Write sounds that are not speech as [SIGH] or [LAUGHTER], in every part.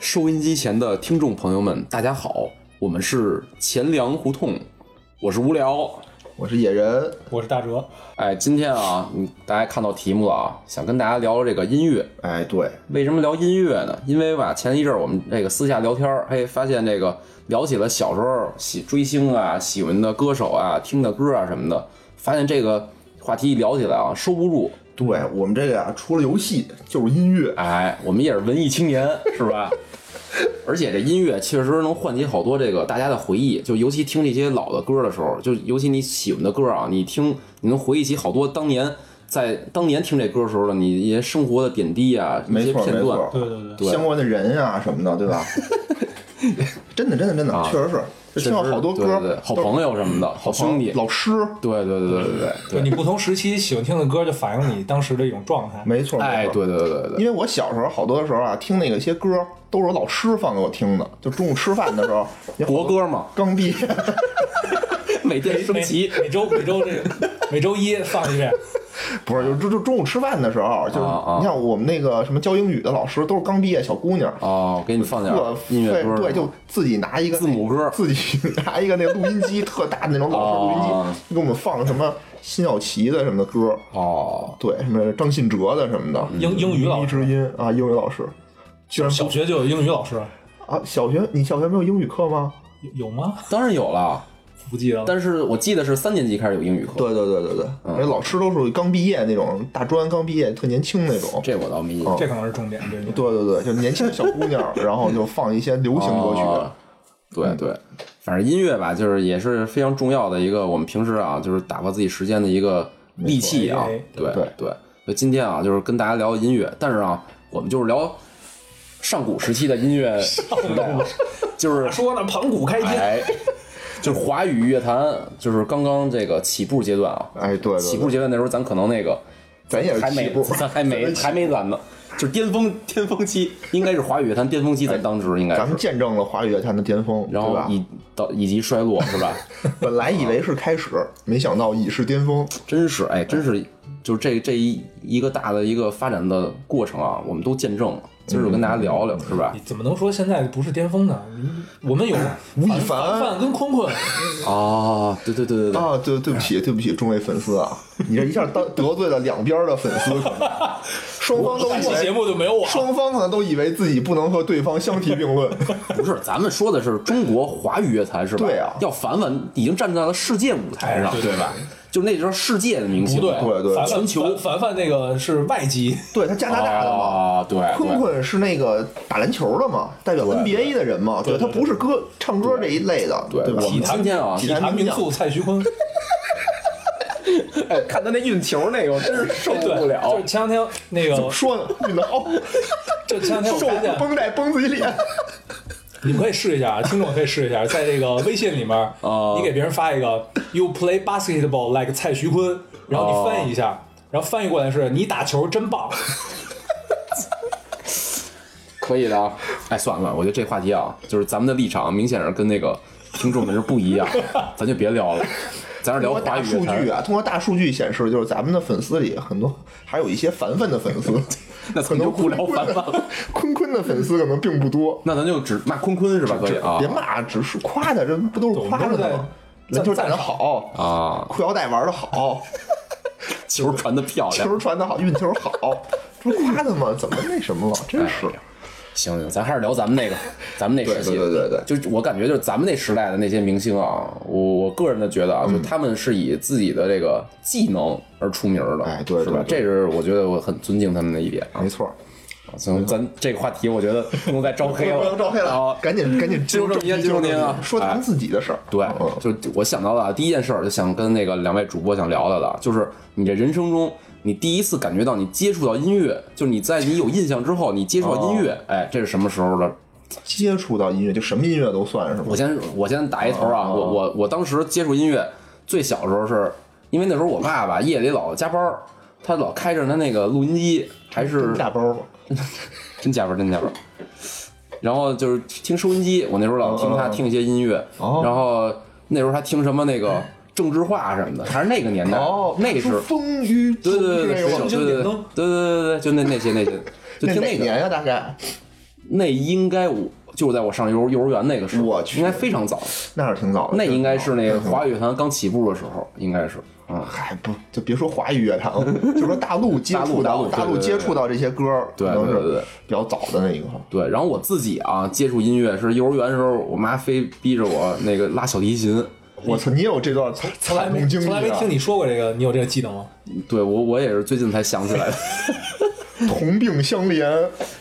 收音机前的听众朋友们，大家好，我们是钱粮胡同，我是无聊。我是野人，我是大哲，哎，今天啊，嗯大家看到题目了啊，想跟大家聊聊这个音乐。哎，对，为什么聊音乐呢？因为吧，前一阵儿我们这个私下聊天儿，嘿，发现这个聊起了小时候喜追星啊、喜欢的歌手啊、听的歌啊什么的，发现这个话题一聊起来啊，收不住。对我们这个呀、啊除了游戏就是音乐，哎，我们也是文艺青年，是吧？而且这音乐确实能唤起好多这个大家的回忆，就尤其听这些老的歌的时候，就尤其你喜欢的歌啊，你听你能回忆起好多当年在当年听这歌的时候的你一些生活的点滴啊，一没些错片没段。错，对对对对相关的人呀、什么的，对吧？ [LAUGHS] 真的真的真的，确实是，就听到好多歌，啊对对对好朋友什么的，好好兄弟，老师，对对对对对对就 [LAUGHS] 你不同时期喜欢听的歌，就反映你当时的一种状态。没错，对，哎，没对错。对对对对，因为我小时候好多时候啊，听那个些歌都是我老师放给我听的，就中午吃饭的时 [LAUGHS] 候，你好国歌嘛，刚毕业，每天升每旗，每周每周这个每周一放一遍，不是，就就就中午吃饭的时候，就是啊啊你像我们那个什么教英语的老师，都是刚毕业小姑娘，哦，给你放点特音乐费歌，对，就自己拿一个字母歌自己 [LAUGHS] 拿一个那个录音机，特大的那种老式录音啊机，就给我们放什么辛晓琪的什么的歌，哦，对，什么张信哲的什么的，英英语老一师之音啊，英语老师，居然小学就有英语老师，啊，小学你小学没有英语课吗？有有吗？当然有了，不记得了。但是我记得是三年级开始有英语课，对对对对对，嗯而且老师都是刚毕业那种，大专刚毕业特年轻那种，这我倒没印哦象。这可能是重点，对对。对对对，就年轻的小姑娘，然后就放一些流行歌曲，嗯哦对对，反正音乐吧，就是也是非常重要的一个我们平时啊，就是打发自己时间的一个利器啊没错哎。对对对，所以今天啊，就是跟大家聊音乐，但是啊，我们就是聊上古时期的音乐时代啊，就是说呢，盘古开天，哎，就是华语乐坛就是刚刚这个起步阶段啊，哎对对对起步阶段那时候咱可能那个咱也是还呃起没步，咱 [LAUGHS] 还没还没咱呢，就是巅峰巅峰期，应该是华语乐坛巅峰期，在当时应该咱们是。见证了华语乐坛的巅峰，然对后吧？以到以及衰落是吧？本来以为是开始，没想到已是巅峰。真是哎，真是就是这这一一个大的一个发展的过程啊，我们都见证了。今儿就跟大家聊聊是吧你？怎么能说现在不是巅峰呢？你我们有吴亦凡凡凡跟坤坤，啊，对对对对对，啊，对，对不起，对不起，众位粉丝啊，你这一下得得罪了两边的粉丝，可能双方都下以期为节目就没有我了。双方可能都以为自己不能和对方相提并论。不是，咱们说的是中国华语乐坛是吧？对啊要凡凡已经站在了世界舞台上，哎对对吧？就那时候世界的明星，不对对，对凡全凡球凡凡凡那个是外籍，对他加拿大的嘛，啊，对，对坤坤是那个打篮球的嘛，代表 NBA 的人嘛，对他不是歌唱歌这一类的，对对吧？我们体坛今天啊体坛名宿蔡徐坤。哎，看他那运球那个，我真是受不对，就了是。前两天那个，说呢，你能哦，就前两天我受发现，绷带绷自己脸，你们可以试一下，听众可以试一下，在这个微信里面，你给别人发一个 “You play basketball like 蔡徐坤”，然后你翻译一下，然后翻译过来是“你打球真棒可以的啊。哎，算了，我觉得这话题啊，就是咱们的立场明显是跟那个听众们是不一样， [LAUGHS] 咱就别聊了，咱是聊通过华大语数乐据坛。啊，通过大数据显示，就是咱们的粉丝里很多，还有一些凡凡的粉丝， [LAUGHS] 那咱可们就能不聊坤坤凡的凡了， [LAUGHS] 坤坤的粉丝可能并不多，那咱就只骂坤坤是吧？ [LAUGHS] 可以啊别骂，只是夸他，这不都是夸他对的吗？篮球打得好，啊，裤腰带玩 [LAUGHS] 得好，球传的漂亮。球传得好，运球好，这不夸他吗？怎么那什么了？真哎是，行行，咱还是聊咱们那个，咱们那时期。对对对对就是我感觉就是咱们那时代的那些明星啊，我我个人的觉得啊，嗯就他们是以自己的这个技能而出名的，哎对对是吧？对这是我觉得我很尊敬他们的一点啊没。错。行，咱这个话题我觉得不能再招嗯 [LAUGHS] 不黑了，要照黑了啊，赶紧赶紧进入正题进入正题啊说咱们自己的事儿。对嗯，就我想到的第一件事儿，就想跟那个两位主播想聊聊的，就是你这人生中，你第一次感觉到你接触到音乐，就是你在你有印象之后，你接触到音乐，哎，这是什么时候的？接触到音乐就什么音乐都算是吧我？先我先打一头啊，我我我当时接触音乐最小时候是因为那时候我爸爸夜里老加班儿，他老开着他那个录音机，还是下包吧。真加班真加班。然后就是听收音机，我那时候老听他听一些音乐，哦然后那时候他听什么那个郑智化什么的，还是那个年代，哦那是哦说风雨对对对对对对中对对对对，就那那些那些，就那听哪那个年呀？大概那应该我就是在我上幼幼儿园那个时候，我去应该非常早，那是挺早的，那应该是那个挺早的华语乐坛刚起步的时候，应该是啊，嗨，不就别说华语乐坛了，就说大陆接触大到陆大陆对对对接触到这些歌儿，对可能对对是对比较早的那一个。对。然后我自己啊接触音乐是幼儿园的时候，我妈非逼着我那个拉小提琴，我操，你也有这段惨从来惨没痛经历从来没啊听！你说过这个，你有这个技能吗？对我我也是最近才想起来的。同病相怜，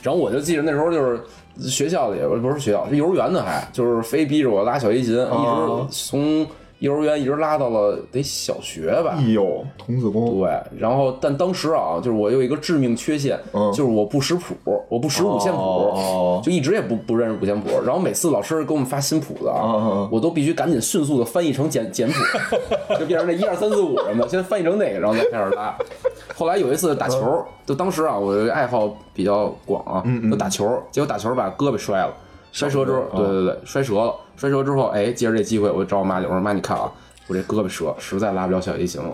然后我就记得那时候就是学校里不是学校，是幼儿园呢还，就是非逼着我拉小提琴，一哦直从幼儿园一直拉到了得小学吧。哎呦，童子功，对，然后但当时啊，就是我有一个致命缺陷，嗯就是我不识谱，我不识五线谱，哦就一直也不不认识五线谱。然后每次老师给我们发新谱子啊，嗯嗯嗯我都必须赶紧迅速的翻译成简简谱，就变成那一二三四五什么的，先翻译成那个，然后再开始拉。后来有一次打球，就当时啊，我的爱好比较广啊，就打球，结果打球把胳膊摔了。摔折之后，对对对，摔折了，摔折之后，哎，借着这机会，我就找我妈去，我说妈，你看啊，我这胳膊折，实在拉不了小提琴了，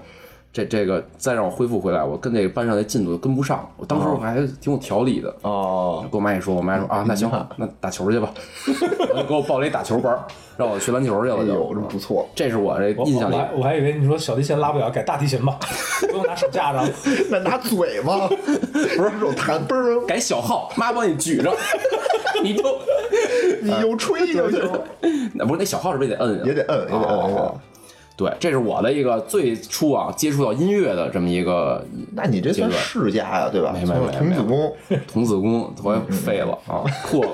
这这个再让我恢复回来，我跟这个班上的进度跟不上。我当时我还挺有条理的，哦，啊跟我妈一说，我妈说啊，那行，嗯那打球去吧， [LAUGHS] 然后给我报了一打球班，让我学篮球去哎了呦，就。真不错，这是我这我印象里我，还我还以为你说小提琴拉不了，改大提琴吧，不用拿手架着。那拿嘴吗？ [LAUGHS] 不是手弹，嘣儿，改小号，妈帮你举着， [LAUGHS] 你就你又哎吹就行，那不是那小号是不是也得摁呀？也得摁，也得哦摁，也得哦摁哦。对，这是我的一个最初啊接触到音乐的这么一 [LAUGHS] 个那你这算世家呀，对吧？没没没童子功，童子功，我嗯也废了啊，破了，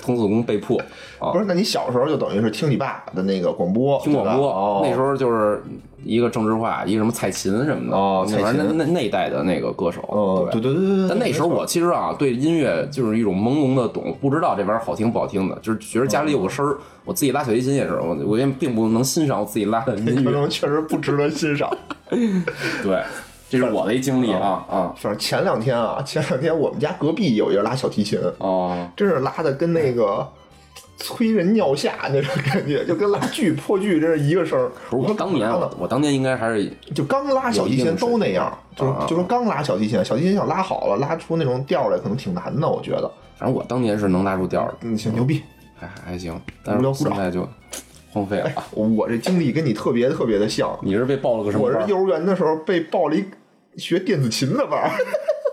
童子功被哦破啊不。是？那你小时候就等于是听你爸的那个广播，听广对吧播哦，那时候就是一个郑智化，一个什么蔡琴什么的，哦那玩意蔡儿琴那那那一代的那个歌手，哦，对对对对对。但那时候我其实啊，对音乐就是一种朦胧的懂，不知道这玩意儿好听不好听的，就是觉得家里有个声嗯儿。我自己拉小提琴也是，我我也并不能欣赏我自己拉的音可 [LAUGHS] 乐。能确实不值得 [LAUGHS] 欣赏。对，这是我的一经历啊啊反正前两天啊， [LAUGHS] 前两天我们家隔壁有一人拉小提琴，哦真是拉的跟那个催人尿下那种感觉，就跟拉锯破锯真是一个声儿。不是我当年啊干嘛我呢我当年应该还是就刚拉小提琴都那样，就是啊就说刚拉小提琴，小提琴想拉好了，拉出那种调来可能挺难的，我觉得。反正我当年是能拉出调儿的，嗯，行，牛逼！还还行，但无聊是鼓掌现在就荒废了。啊我这经历跟你特别特别的像， [LAUGHS] 你是被报了个什么我班是儿？幼儿园的时候被报了一学电子琴的班儿，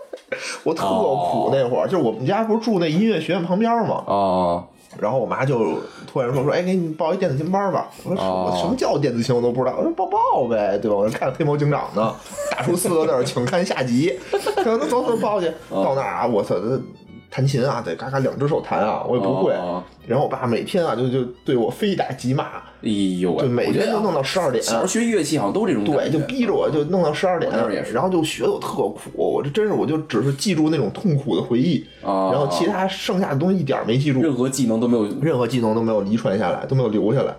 [LAUGHS] 我特苦哦那会儿，就是我们家不是住那音乐学院旁边儿吗？哦然后我妈就突然说说，哎，给你报一电子琴班儿吧。我说哦我什么叫电子琴我都不知道，我说报报呗，对吧？我看黑猫警长呢，打出四个字儿，请看下集。 [LAUGHS] 可能走走报去，哦到那儿啊，我操，这弹琴啊，得嘎嘎两只手弹啊，我也不会。哦然后我爸每天啊就就对我非打即骂，哎呦喂！就每我觉天得都弄到十二点。小时候学乐器好像都这种对，感觉就逼着我就弄到十二点我那会儿也，是然后就学的我特苦，我这真是我就只是记住那种痛苦的回忆，哦然后其他剩下的东西一点儿没记住，任何技能都没有任何技能都没有遗传下来，都没有留下来，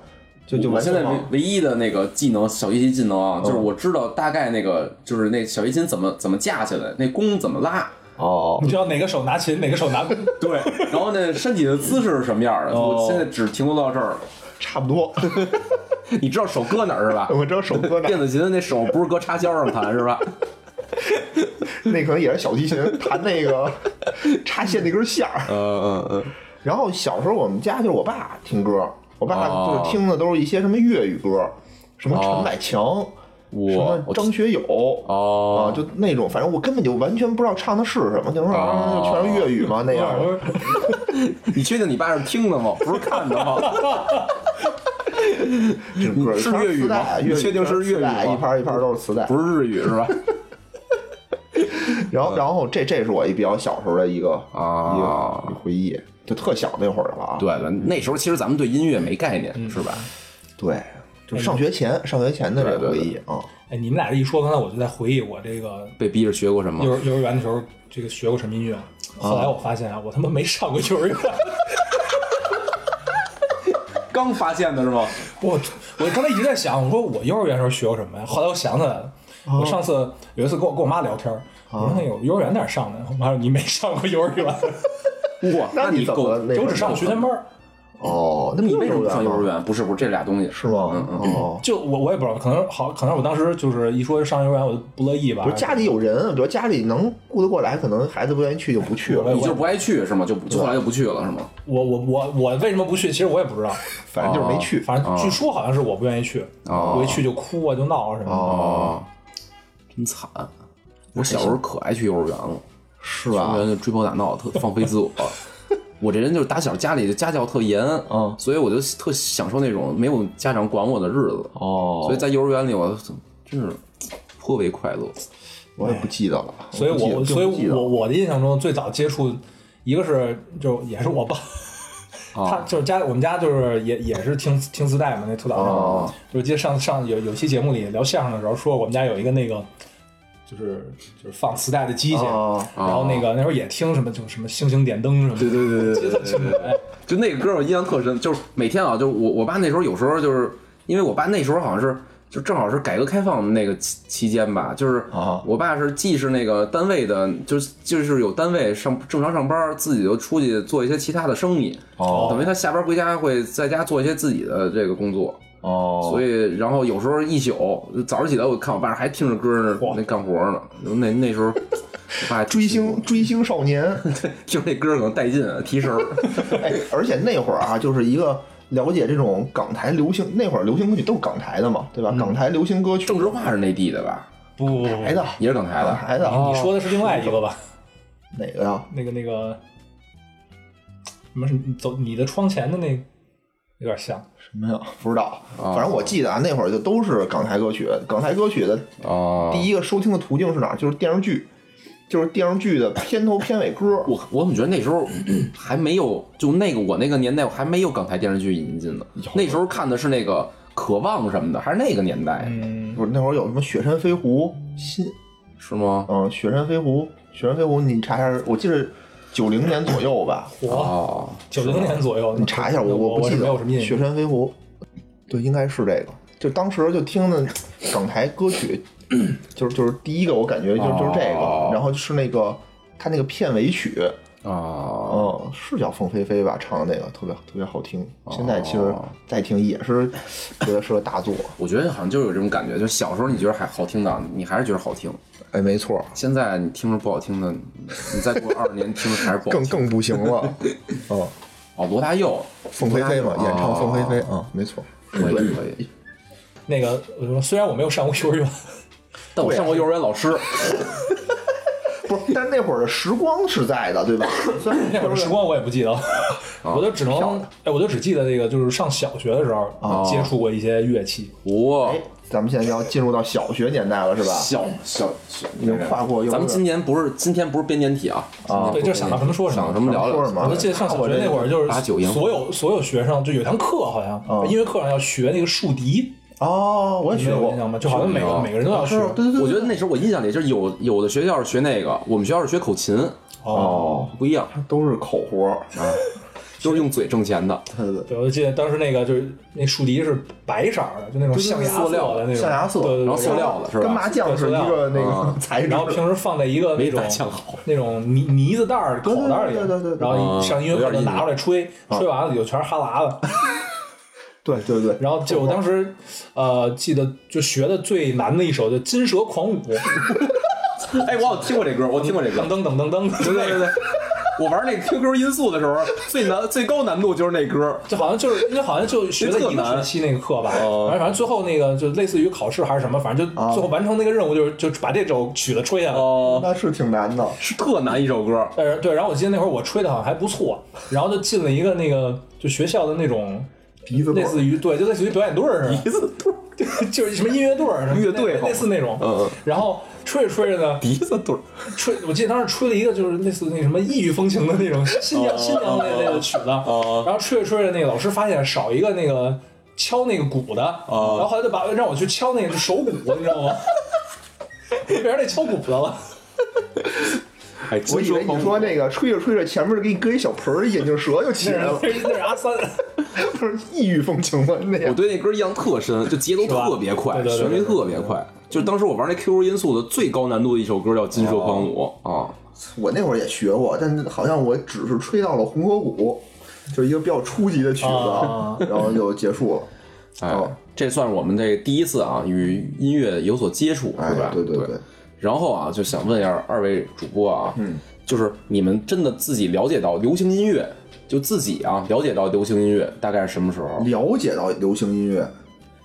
就就我完现全在忘唯了唯一的那个技能，小提琴技能啊，就是我知道大概那个，就是那小提琴怎么怎么架起来，那弓怎么拉，哦你知道哪个手拿琴，哪个手拿弓？对，然后那身体的姿势是什么样的。哦我现在只停留到这儿了。差不多。 [LAUGHS] 你知道手搁哪儿是吧？我知道手搁 [LAUGHS] 哪电儿，子琴的那手不是搁插销上弹是吧？那可能也是小提琴弹那个插线那根线儿。 [LAUGHS] 嗯嗯嗯，然后小时候我们家就是我爸听歌，我爸哦就是听的都是一些什么粤语歌，什么哦陈百强，什我么张学友。啊，哦，就那种，反正我根本就完全不知道唱的是什么，就是啊，哦全是粤语嘛那样的。你确定你爸是听的吗？不是看的 [LAUGHS] 吗？这歌你是全粤语磁带吗粤你确定全是粤磁语带吗一盘一盘都是磁带。不是日语是吧？然后，然后这这是我一比较小时候的一个啊一个回忆，就特小那会儿了啊。对了，那时候其实咱们对音乐没概念是吧？对，就上学前上学前的这个回忆啊，哎，你们俩这一说，刚才我就在回忆我这个被逼着学过什么幼？儿幼儿园的时候，这个学过什么音乐。后来我发现啊，我他妈没上过幼儿园。刚发现的是吗？ [LAUGHS] 我我刚才一直在想，我说我幼儿园时候学过什么呀？后来我想起来了，我上次有一次跟我跟我妈聊天儿，我说那个幼儿园哪儿上的？我妈说你没上过幼儿园，哇，那那 [LAUGHS] 你怎么够那会儿我只上过学前班儿。哦，那么你为什么不上幼幼儿儿园吗园？不是不是这嗯俩东西是吗？哦，就我我也不知道，可能好，可能我当时就是一说上幼儿园，我就不乐意吧。比如家里有人，比如家里能顾得过来，可能孩子不愿意去就不去了我。你就是不爱去是吗？就就后来就不去了是吗？我我我我为什么不去？其实我也不知道，反正啊就是没去。反正据说好像是我不愿意去，哦我一去就哭啊，就闹啊什么的。哦，真惨！啊我小时候可爱去幼儿园了，是幼吧儿？园就追跑打闹，特放飞自 [LAUGHS] 我。我这人就是打小家里就家教特严，嗯所以我就特享受那种没有家长管我的日子，哦所以在幼儿园里我真是颇为快乐。我也不记得了。所以不记我得所以并不记得我我的印象中最早接触，一个是就也是我爸，啊他就是家我们家就是也也是听听磁带嘛，那特啊早上、哦就是记得上上有有期节目里聊相声的时候说我们家有一个那个就是就是放磁带的机器，哦然后那个那会儿也听什么就什么星星点灯什么的，对对对对对对，就那个歌我印象特深，就是每天啊，就是我我爸那时候有时候就是因为我爸那时候好像是就正好是改革开放那个期期间吧，就是啊我爸是既是那个单位的，就是就是有单位上正常上班，自己就出去做一些其他的生意，哦等于他下班回家会在家做一些自己的这个工作，哦，所以然后有时候一宿早上起来我看我爸还听着歌呢嚯，那干活呢，那那时候我爸追星追星少年。 [LAUGHS] 听那歌可能带劲啊，提神儿。 [LAUGHS] 哎，而且那会儿啊，就是一个了解这种港台流行，那会儿流行歌曲都是港台的嘛，对吧？港台流行歌曲，郑智化是内地的吧？不不不不台的，也是港台港的。台的，哦你说的是另外一个吧？哪个呀？那个那个什么是你走你的窗前的那个有点像，什么呀？不知道，反正我记得啊，那会儿就都是港台歌曲。港台歌曲的哦第一个收听的途径是哪儿？就是电视剧，就是电视剧的片头片尾歌。我我怎么觉得那时候还没有，就那个我那个年代我还没有港台电视剧引进呢。那时候看的是那个《渴望》什么的，还是那个年代，嗯，不是那会儿有什么《雪山飞狐》新，是吗？嗯，《雪山飞狐》，《雪山飞狐》，你查一下，我记得九零年左右吧，我哦，九零年左右，你查一下，我我不是记没得有什么印雪象。山飞狐，对，应该是这个。就当时就听的港台歌曲，就是就是第一个我感觉就就是这哦个，然后就是那个他那个片尾曲，哦，嗯，是叫凤飞飞吧，唱的那个特别特别好听。哦现在其实再听也是觉得是个 [LAUGHS] 大作，我觉得好像就有这种感觉，就小时候你觉得还好听的，啊你还是觉得好听；哎，没错，现在你听着不好听的，你再过二十年听着还是不好更听。更不行了。 [LAUGHS] 嗯，哦，罗大佑，凤飞飞嘛，哦演唱凤飞飞啊，没错。可以可以，那个，我说虽然我没有上过 [LAUGHS] 幼儿园，但我上过幼儿园老师，哎不是，但那会儿的时光是在的， [LAUGHS] 对吧？虽然那会儿的时光我也不记得了，我就只能，哎，我就只记得这个，就是上小学的时候接触过一些乐器。哇、哎，咱们现在要进入到小学年代了，是吧？小小小，已经跨过幼儿园咱们今年不是今天不是编年体啊，啊对，就是想到什么说什想什么。么聊说聊什么我就记得上小学那会儿，就八九是英所有所有学生就有堂课，好像音乐课上要学那个竖笛，哦，我也你学们有过印，象吗？就好像每学个过每个人都要学是。对对对，我觉得那时候我印象里就是有有的学校是学那个，我们学校是学口琴，哦，哦，不一样，都是口活儿啊，就是用嘴挣钱的。对对对，对，我就记得当时那个就是那竖笛是白色儿的，就那种象牙塑料色的那种象牙色对对对然后对塑料的是吧跟麻将是一啊个那个 [LAUGHS] 材质然后，平时放在一个那没种打酱好 [LAUGHS] 那种泥泥子袋儿口袋儿里，对对对对对对然啊后上音乐课就拿出来吹，吹完了里头全是哈喇子。对对对，然后 [LAUGHS] 就我当时呃记得就学的最难的一首就《金蛇狂舞》，哎，我好听过这歌，我听过这噔。噔噔噔噔，对对对对，我玩那 QQ 音速的时候，最难最高难度就是那歌。 [LAUGHS] 就好像就是因为好像就学了一个学期那个课吧，哦反正反正最后那个就类似于考试还是什么，反正就哦最后完成那个任务就是就把这首曲子吹下来。哦，那是挺难的，是特难一首歌。呃，对，然后我记得那会儿我吹的好像还不错，然后就进了一个那个就学校的那种鼻子类棍儿似于对，就类似于表演队儿似的，鼻子对，就是什么音乐队儿、什么乐队类类似那种。嗯嗯然后吹着吹着呢，鼻子对，吹，我记得当时吹了一个就是类似那什么异域风情的那种新疆新疆那类的曲子。然后吹着吹着，那个老师发现少一个那个敲那个鼓的，然后后来就把让我去敲那个手鼓，你知道吗？变成那敲鼓的了。哎，我以为你说那个吹着吹着前面给你搁一小盆儿，眼镜蛇就起那来是了，那是那是阿三， [LAUGHS] 不是异域风情吗？那我样对那歌印象特深，就节奏是吧特别快，对对对旋律特别快。就是当时我玩那 QQ 音速的最高难度的一首歌叫《金蛇哦狂舞》啊，我那会儿也学过，但是好像我只是吹到了红河谷，就是一个比较初级的曲啊子，然后就结束了。哎哦，这算是我们这第一次啊与音乐有所接触，哎是吧？，对对对。然后啊，就想问一下二位主播啊，嗯，就是你们真的自己了解到流行音乐，就自己啊了解到流行音乐大概是什么时候？了解到流行音乐，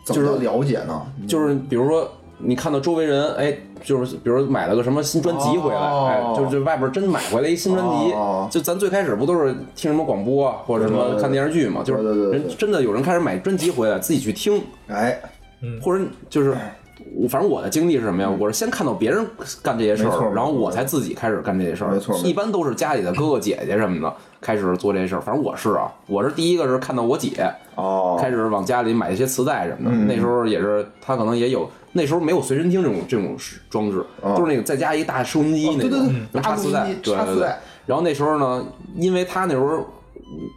怎就么是叫了解呢？就是比如说。你看到周围人，哎，就是比如买了个什么新专辑回来，哦哎，就是这外边真买回来一新专辑，哦就咱最开始不都是听什么广播啊，或者什对对么对看电视剧嘛，就是对对对对人真的有人开始买专辑回来自己去听，哎，或者就是我反正我的经历是什么呀？我是先看到别人干这些事嗯没错没儿，错然后我才自己开始干这些事儿。没错没错一般都是家里的哥哥姐姐什么的开始做这些事儿。反正我是啊，我是第一个是看到我姐哦，开始往家里买一些磁带什么的。嗯那时候也是她可能也有。那时候没有随身听这种这种装置，哦都是那个在家一大收音机哦那对对种对，能大插磁带录音，机对插对磁对带。然后那时候呢，因为她那时候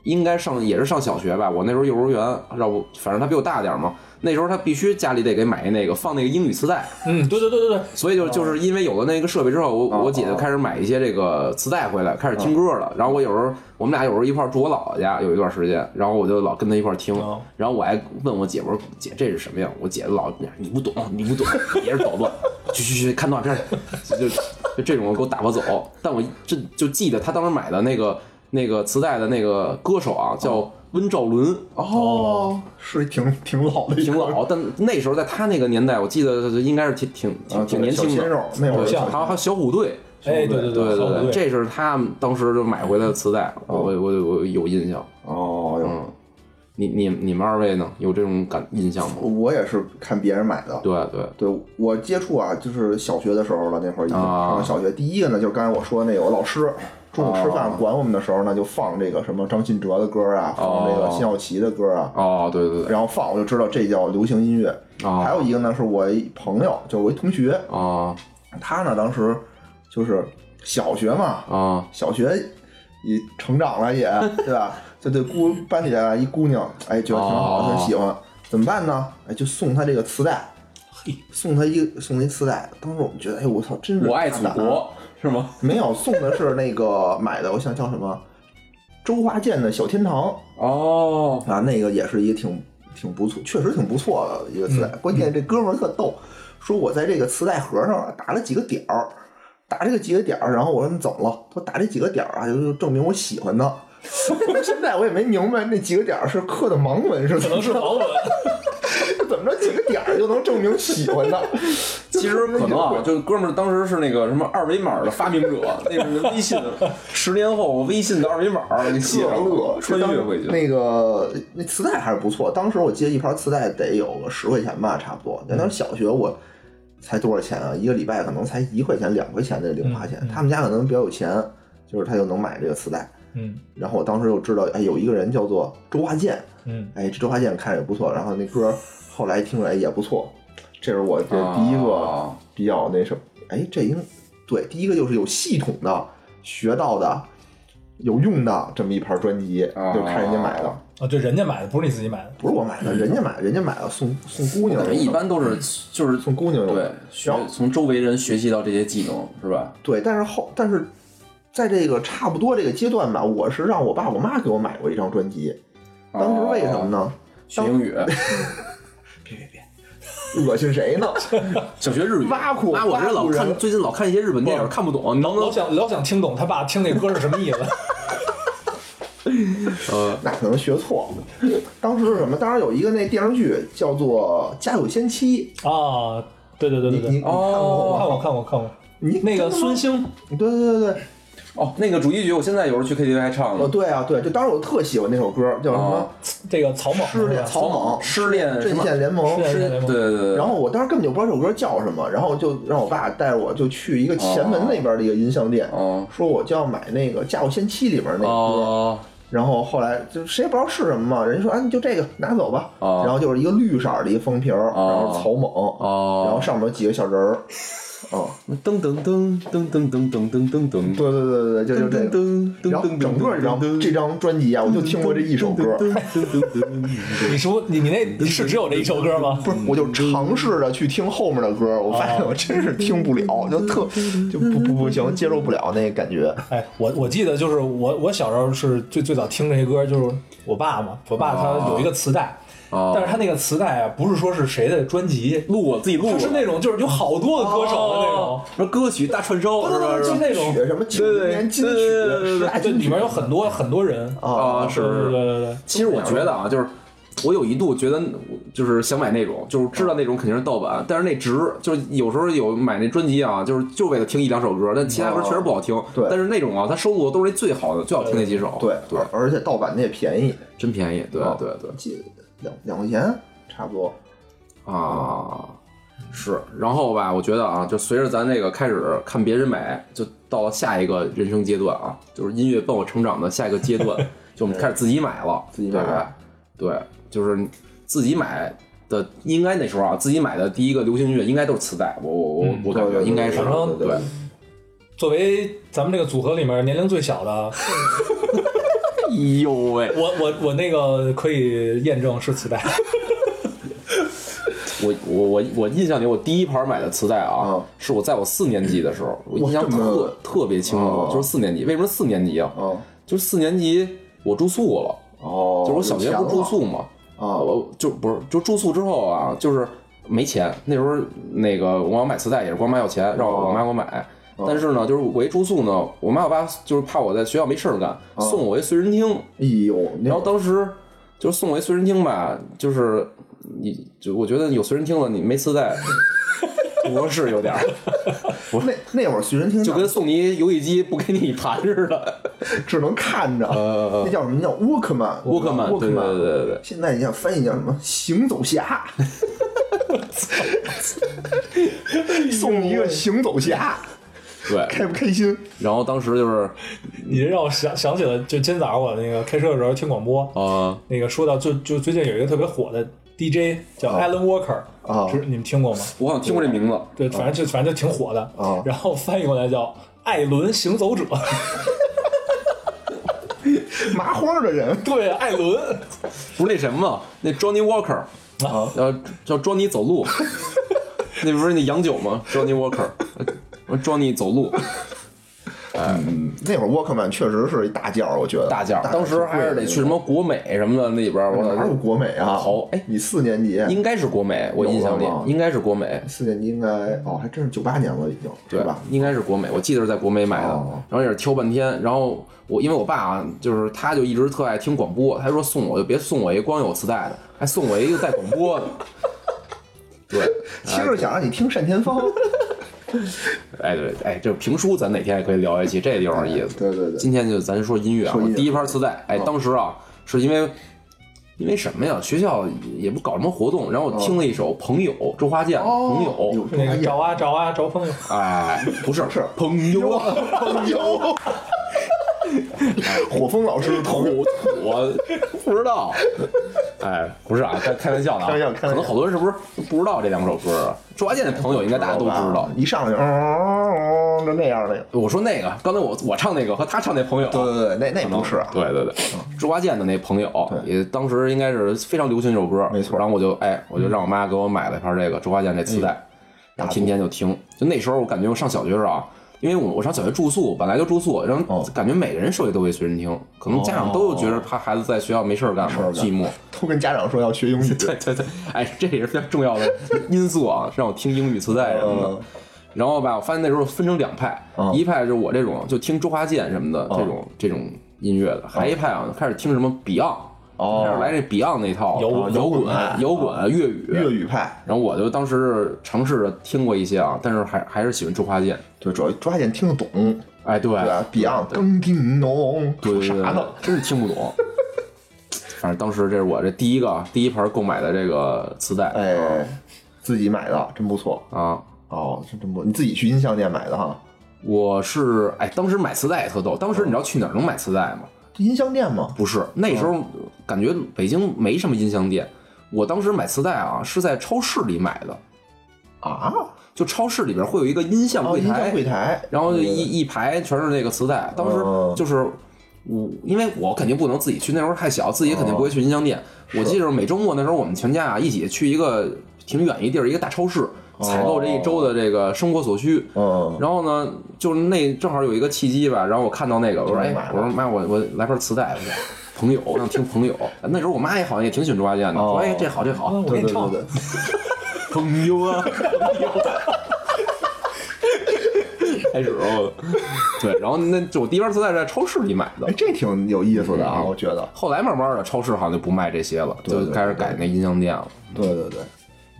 应该上也是上小学吧，我那时候幼儿园，要不反正他比我大点儿嘛。那时候他必须家里得给买那个放那个英语磁带，嗯，对对对对对，所以就哦就是因为有了那个设备之后，我我姐就开始买一些这个磁带回来，开始听歌了。然后我有时候我们俩有时候一块儿住我姥姥家有一段时间，然后我就老跟她一块儿听哦。然后我还问我姐，我说姐这是什么呀？我姐老你不懂，你不懂，也是捣乱，去去去看动画片儿，就就就这种给我打发走。但我这就记得她当时买的那个那个磁带的那个歌手啊，叫温兆伦。哦，是挺挺老的一个，啊挺老，但那时候在他那个年代，我记得应该是挺挺啊挺挺年小轻鲜的。肉那会儿偶像小还有还有小虎队，哎，对对对对对，对，这是他们当时就买回来的磁带，我我我我有印象。哦哟，嗯你你你们二位呢？有这种感印象吗？我也是看别人买的。对对，对我接触啊，就是小学的时候了，那会儿已经啊上了小学。第一个呢，就是刚才我说那个我老师，中午吃饭管我们的时候呢，就放这个什么张信哲的歌啊，放这个哦辛晓琪的歌啊，哦对对对，然后放我就知道这叫流行音乐。哦还有一个呢，是我一朋友，就是我一同学，啊他呢当时就是小学嘛，啊小学也成长 [LAUGHS] 了也，对吧？就对姑班里啊一姑娘，哎，觉得挺好，哦很喜欢，怎么办呢？哎，就送她这个磁带，送她一个送一磁带。当时我们觉得，哎，我操，真是我爱大祖胆啊国是吗？没有送的是那个买的，我想叫什么？周华健的《小天堂哦》啊，那个也是一个挺挺不错，确实挺不错的一个磁带。嗯关键这哥们儿特逗，说我在这个磁带盒上啊打了几个点儿，打这个几个点儿，然后我说你怎么了？他说打这几个点儿啊，就就证明我喜欢他。 [LAUGHS] 现在我也没明白那几个点儿是刻的盲文是可怎么能是着，盲文， [LAUGHS] 怎么着几个点儿就能证明喜欢他？其实可能啊，就是哥们儿当时是那个什么二维码的发明 [LAUGHS] 者，那是微信，十年后微信的二维码给写特上乐了，，穿越回去。那个那磁带还是不错，当时我记得一盘磁带得有个十块钱吧，差不嗯多。那当时小学我才多少钱啊？一个礼拜可能才一块钱、两块钱的零花钱。嗯嗯他们家可能比较有钱，就是他就能买这个磁带。嗯然后我当时就知道，哎，有一个人叫做周华健，嗯，哎，这周华健看着也不错，然后那歌后来听出来也不错。这是我这第一个啊比较那什么，哎，这应对第一个就是有系统的学到的有用的这么一盘专辑，啊就看人家买的，啊，对，人家买的不是你自己买的，不是我买的，人家买，人家买了送送姑娘感用觉的，一般都是就是送姑娘用对的，学然后从周围人学习到这些技能是吧？对，但是后但是在这个差不多这个阶段吧，我是让我爸我妈给我买过一张专辑，啊当时为什么呢？学英语，别别别，恶心 [LAUGHS] 谁呢？想学日语。哎挖苦那我挖这苦老看人最近老看一些日本电影，看不懂，你能不老能？想老想听懂他爸听那歌是什么意思，呃，那可能学错了。当时是什么？当时有一个那电视剧叫做《家有仙妻啊，对对》，对你对你你，对看过吗？看过看过看过，你那个孙兴，对对对对，哦，那个主题曲，我现在有时候去 KTV 还唱哦呢。对啊对，就当时我特喜欢那首歌，叫什么哦这个草蜢《失恋草蜢》失恋什阵么？线联盟。失失对恋联对盟，对对。然后我当时根本就不知道这首歌叫什么，然后就让我爸带着我就去一个前门那边的一个音像店，哦说我就要买那个《家有仙妻》里边那个歌。哦然后后来就谁也不知道是什么嘛，人家说啊，你就这个拿走吧。哦然后就是一个绿色儿的一个封皮儿，然后哦草蜢，哦然后上面有几个小人儿，嗯，噔噔噔噔噔噔噔噔噔噔，对对对对，就就这噔个。噔然后噔整个这张这张专辑啊，我就听过这一首歌，噔噔噔噔，你说你你那是只有这一首歌吗？不是，我就尝试着去听后面的歌，我发现我真是听不了，就特就不不不行，接受不了那感觉。哎，我我记得就是我我小时候是最最早听这些歌，就是我爸嘛，我爸他有一个磁带，哦但是他那个磁带啊，不是说是谁的专辑，录我自己录他的，是那种就是有好多个歌手的那种，什么歌曲大串烧哦是吧？就是吧那种曲什么九零年金曲、十大这金里曲面有很多很多人，啊，啊，是对是是。对对对，其实我觉得啊，就是我有一度觉得就是想买那种，就是知道那种肯定是盗版，但是那值就是有时候有买那专辑啊，就是就为了听一两首歌，但其他歌确实不好听。哦对但是那种啊，它收录的都是那最好的、最好听那几首。对对，而且盗版的也便宜，真便宜。对啊对对记两两块钱差不多。啊。是，然后吧，我觉得啊，就随着咱这个开始看别人买，就到了下一个人生阶段啊，就是音乐伴我成长的下一个阶段，就我们开 [LAUGHS] 始自己买了，自己对买吧对，就是自己买的，应该那时候啊，自己买的第一个流行音乐应该都是磁带，我我我我感觉对对对应该是对对对嗯对对，作为咱们这个组合里面年龄最小的，哎呦喂， [LAUGHS] 我我我那个可以验证是磁带，我我我我印象里我第一盘买的磁带啊嗯，是我在我四年级的时候，我印象哇这么特特别清楚哦，就是四年级，为什么四年级啊？嗯，就是四年级我住宿了。哦，就是我小学不是住宿嘛，啊我就不是就住宿之后啊，就是没钱，那时候那个我要买磁带也是管我妈要钱，让我哦我妈给我买。但是呢，就是我一住宿呢，我妈我爸就是怕我在学校没事儿干，哦送我一随身听。哎呦，你然后当时就是送我一随身听吧，就是你就我觉得有随身听了，你没磁 [LAUGHS] 带不合适，有点儿那那会儿随身听就跟送你一游戏机不给你一盘似的。只能看嗯着，那叫什么？叫沃克曼，沃克曼，对对对对对。现在你想翻译叫什么？行 [LAUGHS] 走侠，送你一个行走侠，对，开不开心？然后当时就是，你这让我想想起了，就今天早上我那个开车的时候听广播，呃，那个说到就就最近有一个特别火的 DJ 叫 Alan Walker，啊就是你们听过吗？我好像听过这名字，对，反正就反正就挺火的啊，然后翻译过来叫艾伦行走者，麻花的人对，艾伦，不是那什么，那 Johnny Walker，啊呃，叫 Johnny 走 [LAUGHS] 路，那不是那洋酒吗？Johnny Walker，呃 Johnny 走路那会儿沃克曼确实是一大件儿，我觉得大件儿，当时还是得去什么国美什么的那里边儿，我哪有国美啊？好哎你四年级，应该是国美，我印象里有了吗应该是国美，四年级应该哦，还真是九八年了，已经对是吧？？应该是国美，我记得是在国美买的，哦然后也是挑半天。然后我因为我爸啊，就是他就一直特爱听广播，他说送我就别送我一光有磁带的，还送我一个带广播 [LAUGHS] 的。对，听着想让你听单田芳，哎对，哎，这评书咱哪天也可以聊一期，这地方有意思。对对对，今天就咱说音乐啊，说音我乐哦第一盘磁带，哎，当时啊是因为因为什么呀？学校也不搞什么活动，然后哦我听了一首《朋友》，周华健《朋友有》，那个找啊找啊找朋友，哎，不是哦是朋友啊， [LAUGHS] 朋友，火风老师的朋友，我我啊不知道，哎，不是啊，开开玩笑的啊，开玩笑开玩可笑能好多人是不是不知道这两首歌啊？周华健的朋友应该大家都知道。一上来就嗯嗯就那样的。我说那个，刚才我我唱那个和他唱那朋友啊，对对对，那那不是啊，对对对，周华健的那朋友也当时应该是非常流行这首歌，没错嗯然后我就哎，我就让我妈给我买了一盘这个周华健这磁带，然后天天就听。就那时候我感觉我上小学时候啊，因为我我上小学住宿，本来就住宿，然后哦感觉每个人手里都有一随身听，可能家长都觉得怕孩子在学校没事儿干嘛儿干寂寞。都跟家长说要学英语， [LAUGHS] 对对对，哎，这也是非常重要的因素啊，让我听英语磁带什么的嗯。然后吧，我发现那时候分成两派，嗯一派就是我这种就听周华健什么的这种这种音乐的，还一派啊开始听什么 Beyond，哦开始来这 Beyond 那套摇啊滚摇摇滚派摇滚啊粤语。粤语派。然后我就当时尝试着听过一些啊，但是还还是喜欢周华健。对，主要周华健听得懂，哎，对对吧？Beyond 更叮咚，对对说对啥对呢？，真是听不懂。反正当时这是我这第一个第一盘购买的这个磁带哎，自己买的，真不错啊，哦，真真不错，你自己去音像店买的哈？我是哎，当时买磁带也特逗。当时你知道去哪儿能买磁带吗？这音像店吗？不是，那时嗯候感觉北京没什么音像店。我当时买磁带啊，是在超市里买的。啊，就超市里边会有一个音像哦，柜音台，像柜台，然后就一一排全是那个磁带。当时哦就是我，因为我肯定不能自己去，那时候太小，自己哦肯定不会去音像店。我记着每周末那时候，我们全家啊一起去一个挺远一地儿一个大超市，哦采购这一周的这个生活所需。嗯，然后呢，就是那正好有一个契机吧，然后我看到那个，我说就哎买了，我说妈，我我来盘磁带吧，朋友，我想听朋友。那时候我妈也好像也挺喜欢猪八戒的，哦说哎这好这好，我给对你对唱对，对，朋友啊， [LAUGHS] 开始哦，对，然后那就我第一盘磁带是在超市里买的哎，，这挺有意思的啊，嗯我觉得，后来慢慢的超市好像就不卖这些了，对对就开始改那音像店了。对对对。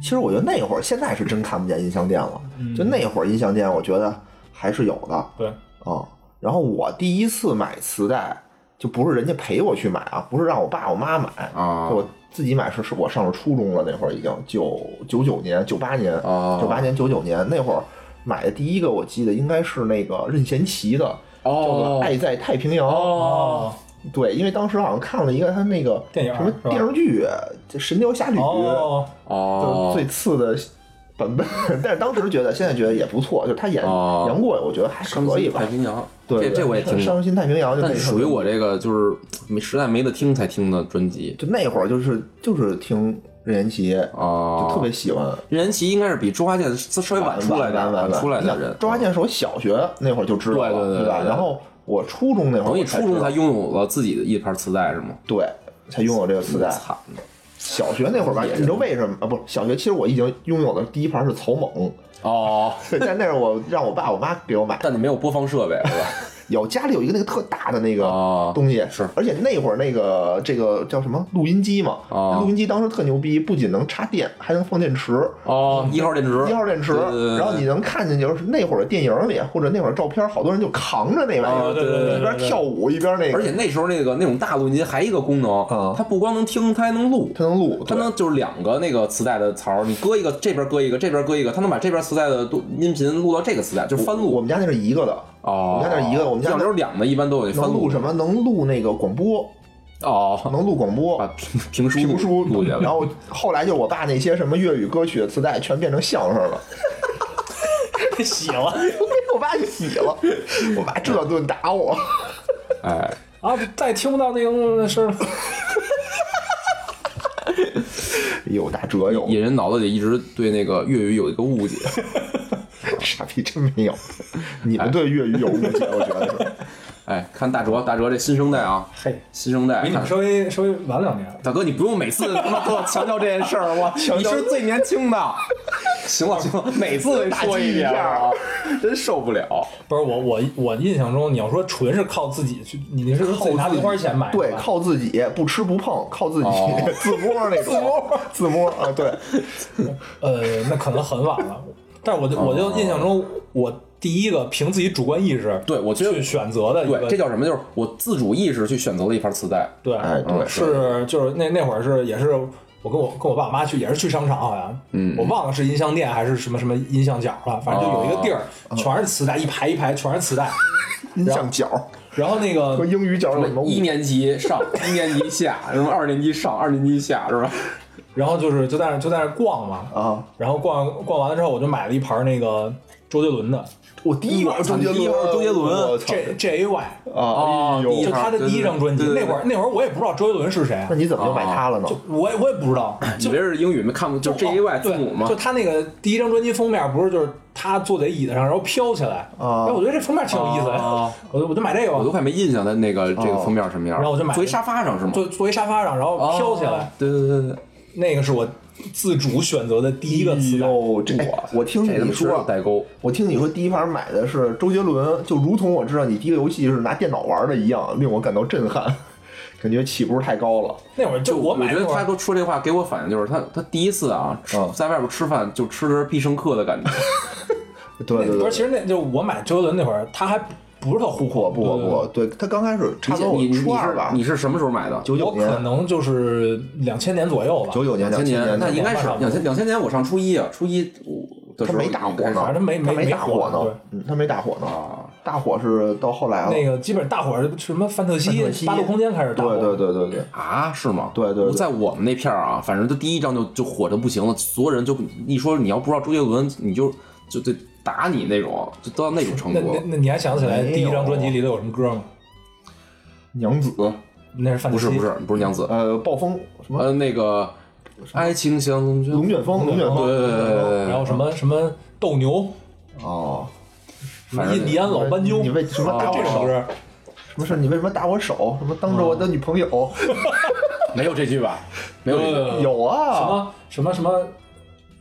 其实我觉得那会儿，现在是真看不见音像店了。嗯就那会儿音像店，我觉得还是有的。对，哦，然后我第一次买磁带，就不是人家陪我去买啊，不是让我爸我妈买啊就我自己买是是我上了初中了，那会儿已经九九九年、九八年、啊哦九八年、九九年那会儿买的第一个，我记得应该是那个任贤齐的，叫做《爱在太平洋》。哦，对，因为当时好像看了一个他那个电影什么是吧电视剧《神雕侠侣》哦，就是哦最，次的版本， [LAUGHS] 但是当时觉得，现在觉得也不错，就是他演哦杨过，我觉得还伤可以心吧太。平洋，对，这对这我也伤听过，伤心太平洋就但那属于首歌，我这个就是没实在没得听才听的专辑就那会儿就是就是听任贤齐，哦就，特别喜欢。任贤齐应该是比猪八戒稍微晚出来的，晚晚晚晚出来的你人想。周华健是我小学那会儿就知道了，对对对吧？对对然后我初中那会儿等我于才知道，初中才拥有了自己的一盘磁带是吗？对才拥有这个磁带。惨的小学那会儿吧，你知道为什么啊？不，小学其实我已经拥有的第一盘是草蜢，哦，对，但那是我让我爸我妈给我买的。但你没有播放设备 [LAUGHS] 是吧？有家里有一个那个特大的那个哦东西，是而且那会儿那个这个叫什么录音机嘛，哦录音机当时特牛逼，不仅能插电，还能放电池。哦，一号电池，嗯一号电池对对对，对然后你能看见，就是那会儿的电影里或者那会儿照片，好多人就扛着那玩意哦对对对儿，对一边跳舞一边那个，而且那时候那个那种大录音机还一个功能啊，它不光能听，它还能录。它能录，它对能就是两个那个磁带的槽儿，你搁一个这边搁一个，这边搁一个，它能把这边磁带的录音频录到这个磁带，就是翻我录。们家那是一个的，哦，我们家那一个我们家要是有两的，一般都有那翻能录录什么？能录那个广播，哦，能录广播 [LAUGHS] 把。评评书评书录下来然。后后来就我爸那些什么粤语歌曲的磁带全变成相声了， [LAUGHS] 洗了我爸就喜了，我爸这顿打我。哎，啊，再也听不到那个那声儿了。有大哲有野人脑子里一直对那个粤语有一个误 [LAUGHS] 解。 [LAUGHS] 傻逼真没有。你们对粤语有误解，我觉得是。哎，看大哲，大哲这新生代啊，嘿，新生代比你看们稍微稍微晚两年。大哥，你不用每次他妈跟我强调这件事儿，我强你调是最年轻 [LAUGHS] 的。行了行了，每次说一遍啊，真受不了。不是我我我印象中，你要说纯是靠自己去，你你是自己拿零花钱买的吧对，靠自己，不吃不碰，靠自己、哦自摸那种。自摸自摸啊，对，呃，那可能很晚了。但是我就我就印象中，我第一个凭自己主观意识对我觉得去选择的一对，这个，叫什么？就是我自主意识去选择了一盘磁带。对哎对对是就是那那会儿是也是我跟我跟我爸我妈去也是去商场好像，嗯，我忘了是音像店还是什么什么音像角了，反正就有一个地儿哦全是磁带，一排一排全是磁带，音像角然后那个和英语角有什么误一年级上，一年级下，什么二年级上，二年级下， [LAUGHS] 是吧？然后就是就在那就在那逛嘛，啊？然后逛逛完了之后，我就买了一盘那个周杰伦的我第一盘周杰伦，第一盘周杰伦我操 J J A Y，啊！第哎一就呦，盘他的第一张专辑。对对对那会儿那会儿我也不知道周杰伦是谁啊那，你怎么就买它了呢就？我也我也不知 [COUGHS] 道。以为是英语没看过，就 J A Y 字母嘛哦对就。他那个第一张专辑封面不是就是他坐在椅子上然后飘起来，哦啊哎，我觉得这封面挺有意思啊的，我就我就买这个我都吧，快没印象它那个这个封面什么样。哦然后我就买了坐一沙发上是吗？就坐一沙发上然后哦飘起来，。对对对对，那个是我自主选择的第一个词哎带。呦，这哎我听这他啊你妈是说有，代沟。我听你说第一盘买的是周杰伦，就如同我知道你第一个游戏是拿电脑玩的一样，令我感到震撼，感觉起步太高了。那会儿就我我买啊觉得那会他儿给我说这话，给我反应就是他他第一次啊，吃嗯在外边吃饭就吃的是必胜客的感觉。对对不是，对，其实那就我买周杰伦那会儿，他还不是特火不不对对对不，对他刚开始差不多你我你初你二是吧，你是什么时候买的？九九我可年、能就是两千年左右吧，九九年、千千那应该是差不多两千两千年，我上初一啊，初一的时他候没大火应该是呢，反正没他没大没火火呢对，嗯，他没大火呢，啊。大火是到后来了。那个基本大伙儿什么范特范特西、西八度空间开始大火，对对对对对，啊，是吗？对对对我在我们那片儿啊，反正他第一张就就火的不行了，所有人就一说你要不知道周杰伦，你就就得打你那种，就到那种程那度那。那你还想起来第一张专辑里头有什么歌吗？娘子，那是范不玮是琪，不是不是娘子，呃，暴风什么啊呃那个爱情像龙卷龙卷风，龙卷对风对对对对，然后什么嗯什么斗牛，哦，什么印第安老斑鸠，啊你为什么打这我首手？歌什么事？你为什么打我手？什么当着我的女朋友？没有这句吧？没有这句。[LAUGHS] 呃有什啊，么什么什么，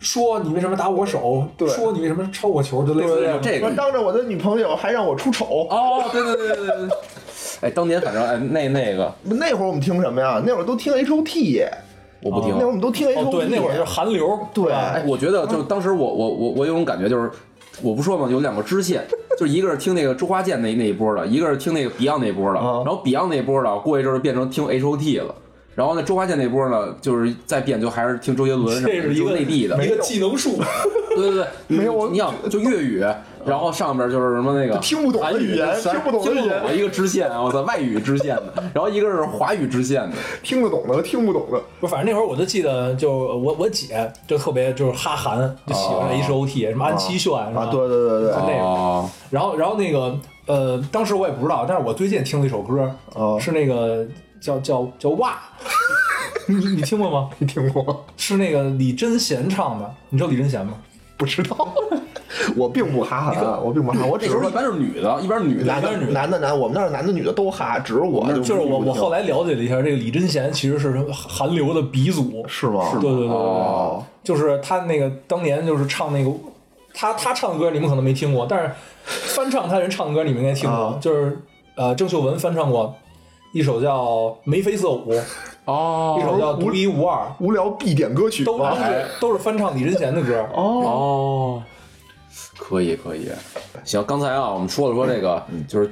说你为什么打我手？对说你为什么超我球？就类似对这对种。这说个当着我的女朋友还让我出丑。啊哦，对对对对对对。哎，当年反正哎那那个那会儿我们听什么呀？那会儿都听 H O T，我不听那会儿。我们都听 H 啊哦， O T。对，那会儿就是韩流，啊对，哎，我觉得就是当时我我我我有种感觉就是，我不说嘛，有两个支线，就是一个是听那个周华健那那一波的，一个是听那个 Beyond 那波的，啊然后 Beyond 那波的过一阵儿就变成听 H O T 了。然后呢，周华健那波呢，就是再变就还是听周杰伦什么这的，是一就个内地的，一个技 [LAUGHS] 能树，对对对，没有你我你想就粤 [LAUGHS] 语，然后上边就是什么那个听不懂的韩语言三听不懂的听不语言懂的一个支线，啊我操，外语支线的，然后一个是华语支 [LAUGHS] 线的，听得懂的和听不懂的。不是，反正那会儿我就记得，就我我姐就特别就是哈韩，就喜欢 H O T，什么安七炫什啊，么对啊对对对，那个哦，然后然后那个呃，当时我也不知道，但是我最近听了一首歌，哦是那个叫叫叫哇，你你听过吗？ [LAUGHS] 你听过吗？是那个李贞贤唱的，你知道李贞贤吗？不知道， [LAUGHS] 我并不哈韩啊，我并不哈，那我只时是候一般是女的，一般是女的，男的男的男的，我们那儿男的女的都哈，只是我就是我我后来来了解了一下，这个李贞贤其实是韩流的鼻祖，是吗？对对对对对，哦，就是他那个当年就是唱那个。他他唱的歌你们可能没听过，但是翻唱他人唱的歌你们应该听过，啊就是呃郑秀文翻唱过一首叫《眉飞色舞》，哦一首叫《独一无二》，无聊必点歌曲都都吧。是都是翻唱李贞贤的歌。哦，哦，可以可以，行，刚才啊，我们说了说这个，嗯就是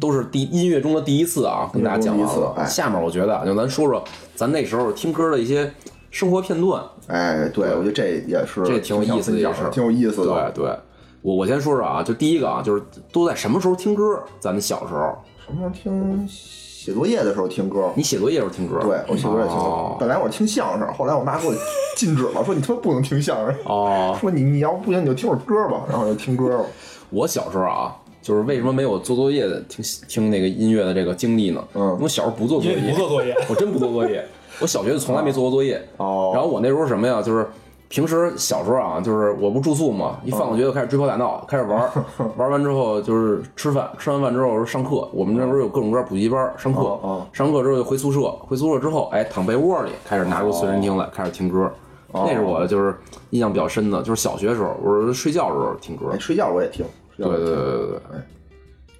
都是第音乐中的第一次啊，跟大家讲完音乐中的了。第一次哎下面我觉得啊，就咱说说咱那时候听歌的一些生活片段，哎，对，我觉得这也是这挺有意思的一挺件想事分享儿，的挺有意思的。对对，我我先说说啊，就第一个啊，就是都在什么时候听歌？咱们小时候，什么时候听写作业的时候听歌？你写作业时候听歌？对，我写作业听哦歌。本来我是听相声，后来我妈给我禁止了，说你他妈不能听相声，哦，说你你要不行你就听会儿歌吧，然后我就听歌了。我小时候啊，就是为什么没有做作业的听听那个音乐的这个经历呢？嗯我小时候不做因作为业，你不做作业， [LAUGHS] 我真不做作业，我小学就从来没做过作业。哦然后我那时候什么呀，就是平时小时候啊，就是我不住宿嘛，一放学就开始追跑打闹，开始玩 [LAUGHS] 儿，玩完之后就是吃饭，吃完饭之后上课。我们那时候有各种各样补习班，上课哦哦，上课之后就回宿舍，回宿舍之后，哎，躺被窝里开始拿出随身听来，哦开始听歌。那是我就是印象比较深的，就是小学时候，我是睡觉的时候听歌。哎，睡觉我也听，对睡觉我对也对听。对对哎，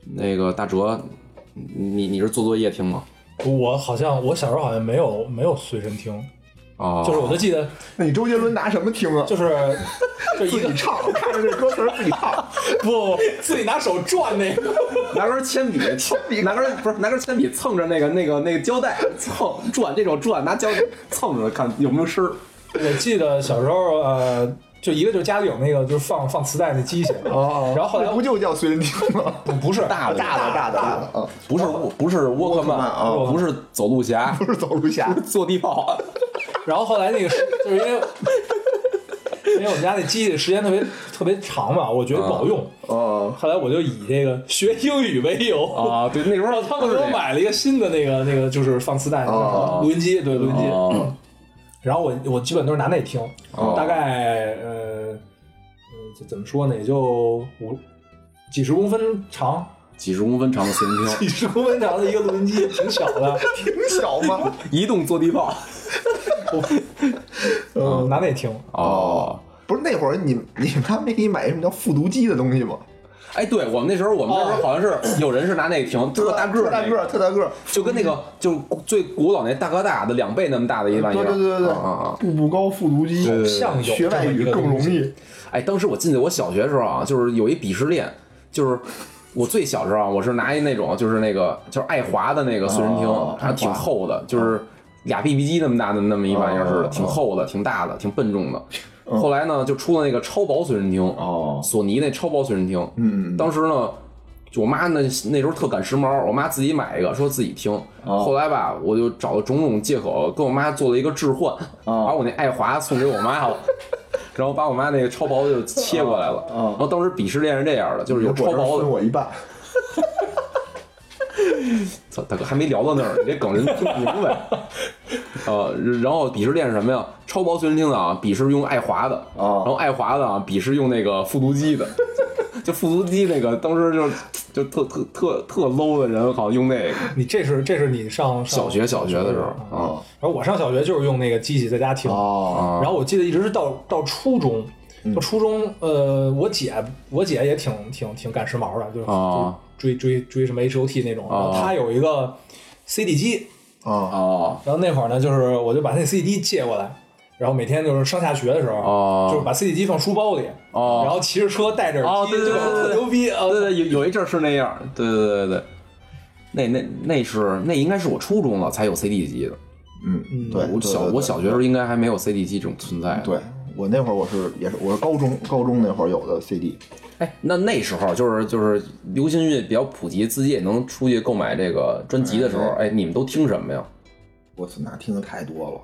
那个大哲，你你是做作业听吗？我好像我小时候好像没有没有随身听，哦，就是我就记得那你周杰伦拿什么听啊？就是就一自个己唱，看着这歌词儿自己 [LAUGHS] 唱。不自己拿手转那个， [LAUGHS] 拿根铅笔，拿根不是拿根铅笔蹭着那个那个那个胶带蹭转，这种转拿胶蹭着看有没有声儿。我记得小时候呃。就一个就是家里有那个，就是放放磁带那机器，哦然后后来那不就叫随身听吗？不不是大的大的大的大的，嗯，不是沃不是沃克曼沃克曼啊不是走路侠，不是走路侠，坐地炮。然后后来那个是就是因为因为我们家那机器时间特别特别长嘛，我觉得不好用，哦，后来我就以这个学英语为由 [LAUGHS] 啊对那时候然后他们都给是我这样买了一个新的那个那个就是放磁带那哦个录音机，对录音机，哦然后我我基本都是拿那听，哦大概呃，嗯这怎么说呢，也就五几十公分长， [LAUGHS] 几十公分长的随 [LAUGHS] 身听，几十公分长的一个录音机，挺小的，挺小吗？移动坐地炮。嗯，拿那听。哦，不是那会儿你你妈没给你买什么叫复读机的东西吗？哎，对我们那时候我们那时候好像是有人是拿那个听，哦特大个特儿大那个个，儿，特大个儿，就跟那个就是最古老那大哥大的两倍那么大的一对玩意对儿。对对啊啊啊对，步步高复读机，像有学外语更容易。哎，当时我记得我小学时候啊，就是有一鄙视链，就是我最小时候啊，我是拿一那种就是那个就是爱华的那个随身听，哦嗯还挺厚的，就是俩 BB 机那么大的那么一玩意儿似的，哦嗯挺厚的，挺大的，挺笨重的。后来呢，就出了那个超薄随身听，哦索尼那超薄随身听，嗯，当时呢，就我妈那那时候特赶时髦，我妈自己买一个，说自己听。哦后来吧，我就哦 [LAUGHS] [LAUGHS] 找了种种借口跟我妈做了一个置换，把我那爱华送给我妈了。然后把我妈那个超薄就切过来了。哦然后当时鄙视链是这样的，就是有超薄分的。我一半，操，大哥还没聊到那儿，你这梗人听不明 [LAUGHS] 白。呃，然后鄙视链是什么呀？超薄随身听的啊，鄙视用爱华的啊然后爱华的啊，鄙视用那个复读机的。 [LAUGHS] 就复读机那个，当时就就特特特特 low 的人，好像用那个。啊你这是这是你上上小学小学的时候啊，然后我上小学就是用那个机器在家听，哦然后我记得一直是到到初中，嗯到初中，呃，我姐我姐也挺挺挺赶时髦的，就是、哦就是追追追什么 H O T 那种，然哦后她有一个 C D 机，啊，哦然后那会儿呢，就是我就把那 C D 机借过来。然后每天就是上下学的时候，哦就是把 CD 机放书包里，哦然后骑着车带着耳哦机，对对就对对特对牛逼啊！哦对对，有有一阵儿是那样，对对对对对，那那那是那应该是我初中了才有 CD 机的，嗯，对，我对小对我小学时候应该还没有 CD 机这种存在。，对我那会儿我是也是我是高中高中那会儿有的 CD，哎，那那时候就是就是流行音乐比较普及，自己也能出去购买这个专辑的时候，哎，你们都听什么呀？我操，那听的太多了，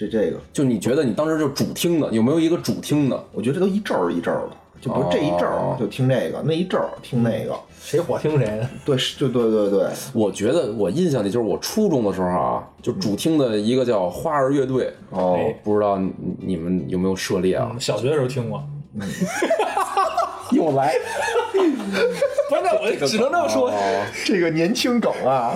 这这个，就你觉得你当时就主听的，有没有一个主听的？我觉得这都一阵儿一阵儿的，就不是这一阵儿哦就听这个，那一阵儿听那个，谁火听谁的。对，是就对 [LAUGHS] 对对，我觉得我印象里就是我初中的时候啊，就主听的一个叫花儿乐队，哦，不知道你你们有没有涉猎啊？ [LAUGHS] 小学的时候听过，嗯又来，哦不是，那我只能这么说。这个年轻梗啊，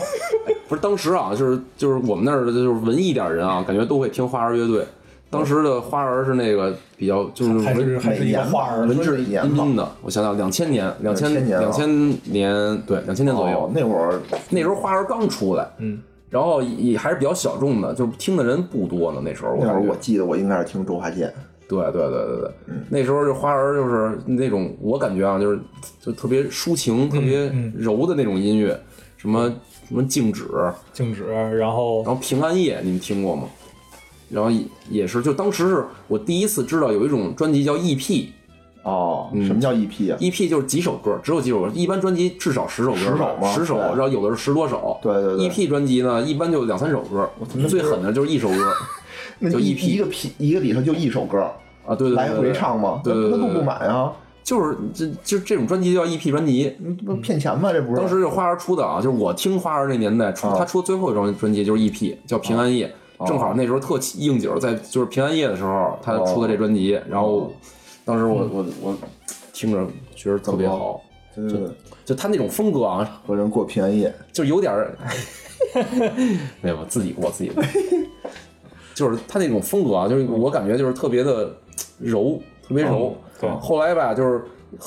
不是当时啊，就是就是我们那儿的就是文艺点儿人啊，感觉都会听花儿乐队。当时的花儿是那个比较就是还哦文是还是一个花儿，文每说质哪彬年吧彬的。我想想，两千年，两2000年啊两千年，对，两千年左右。哦，那会儿那时候花儿刚出来，嗯，然后也还是比较小众的，就是听的人不多呢。那时候我那会儿感觉我记得我应该是听周华健，对对对对对，那时候就花儿就是那种我感觉啊，就是就特别抒情、特别柔的那种音乐，什么什么静止，静止，啊然后然后平安夜你们听过吗？然后也也是，就当时是我第一次知道有一种专辑叫 E EP，EP 哦，嗯什么叫 EP 啊？，E 就是几首歌，只有几首歌，一般专辑至少十首歌吧，十首吗十首，对然后有的是十多首。对对对 EP 专辑呢，一般就两三首歌，最狠的就是一首歌那就一 EP 一个 P 一个里头就一首歌，啊，对对对对，来回唱吗？对对那对那对录不满啊，就是这就这种专辑叫 EP 专辑。那不骗钱吗？这不是？当时是花儿出的啊，就是我听花儿那年代出，啊他出的最后一张专辑就是 EP，叫《平安夜》，正好那时候特应景儿，在就是平安夜的时候，他出的这专哦辑，然后当时嗯我我我听着觉得特别好，对对对，就他那种风格啊，和人过平安夜，就有点儿， [LAUGHS] 没有自己过自己 [LAUGHS] 过，就是他那种风格啊，就是我感觉就是特别的柔，特别嗯柔。对后来吧，就是。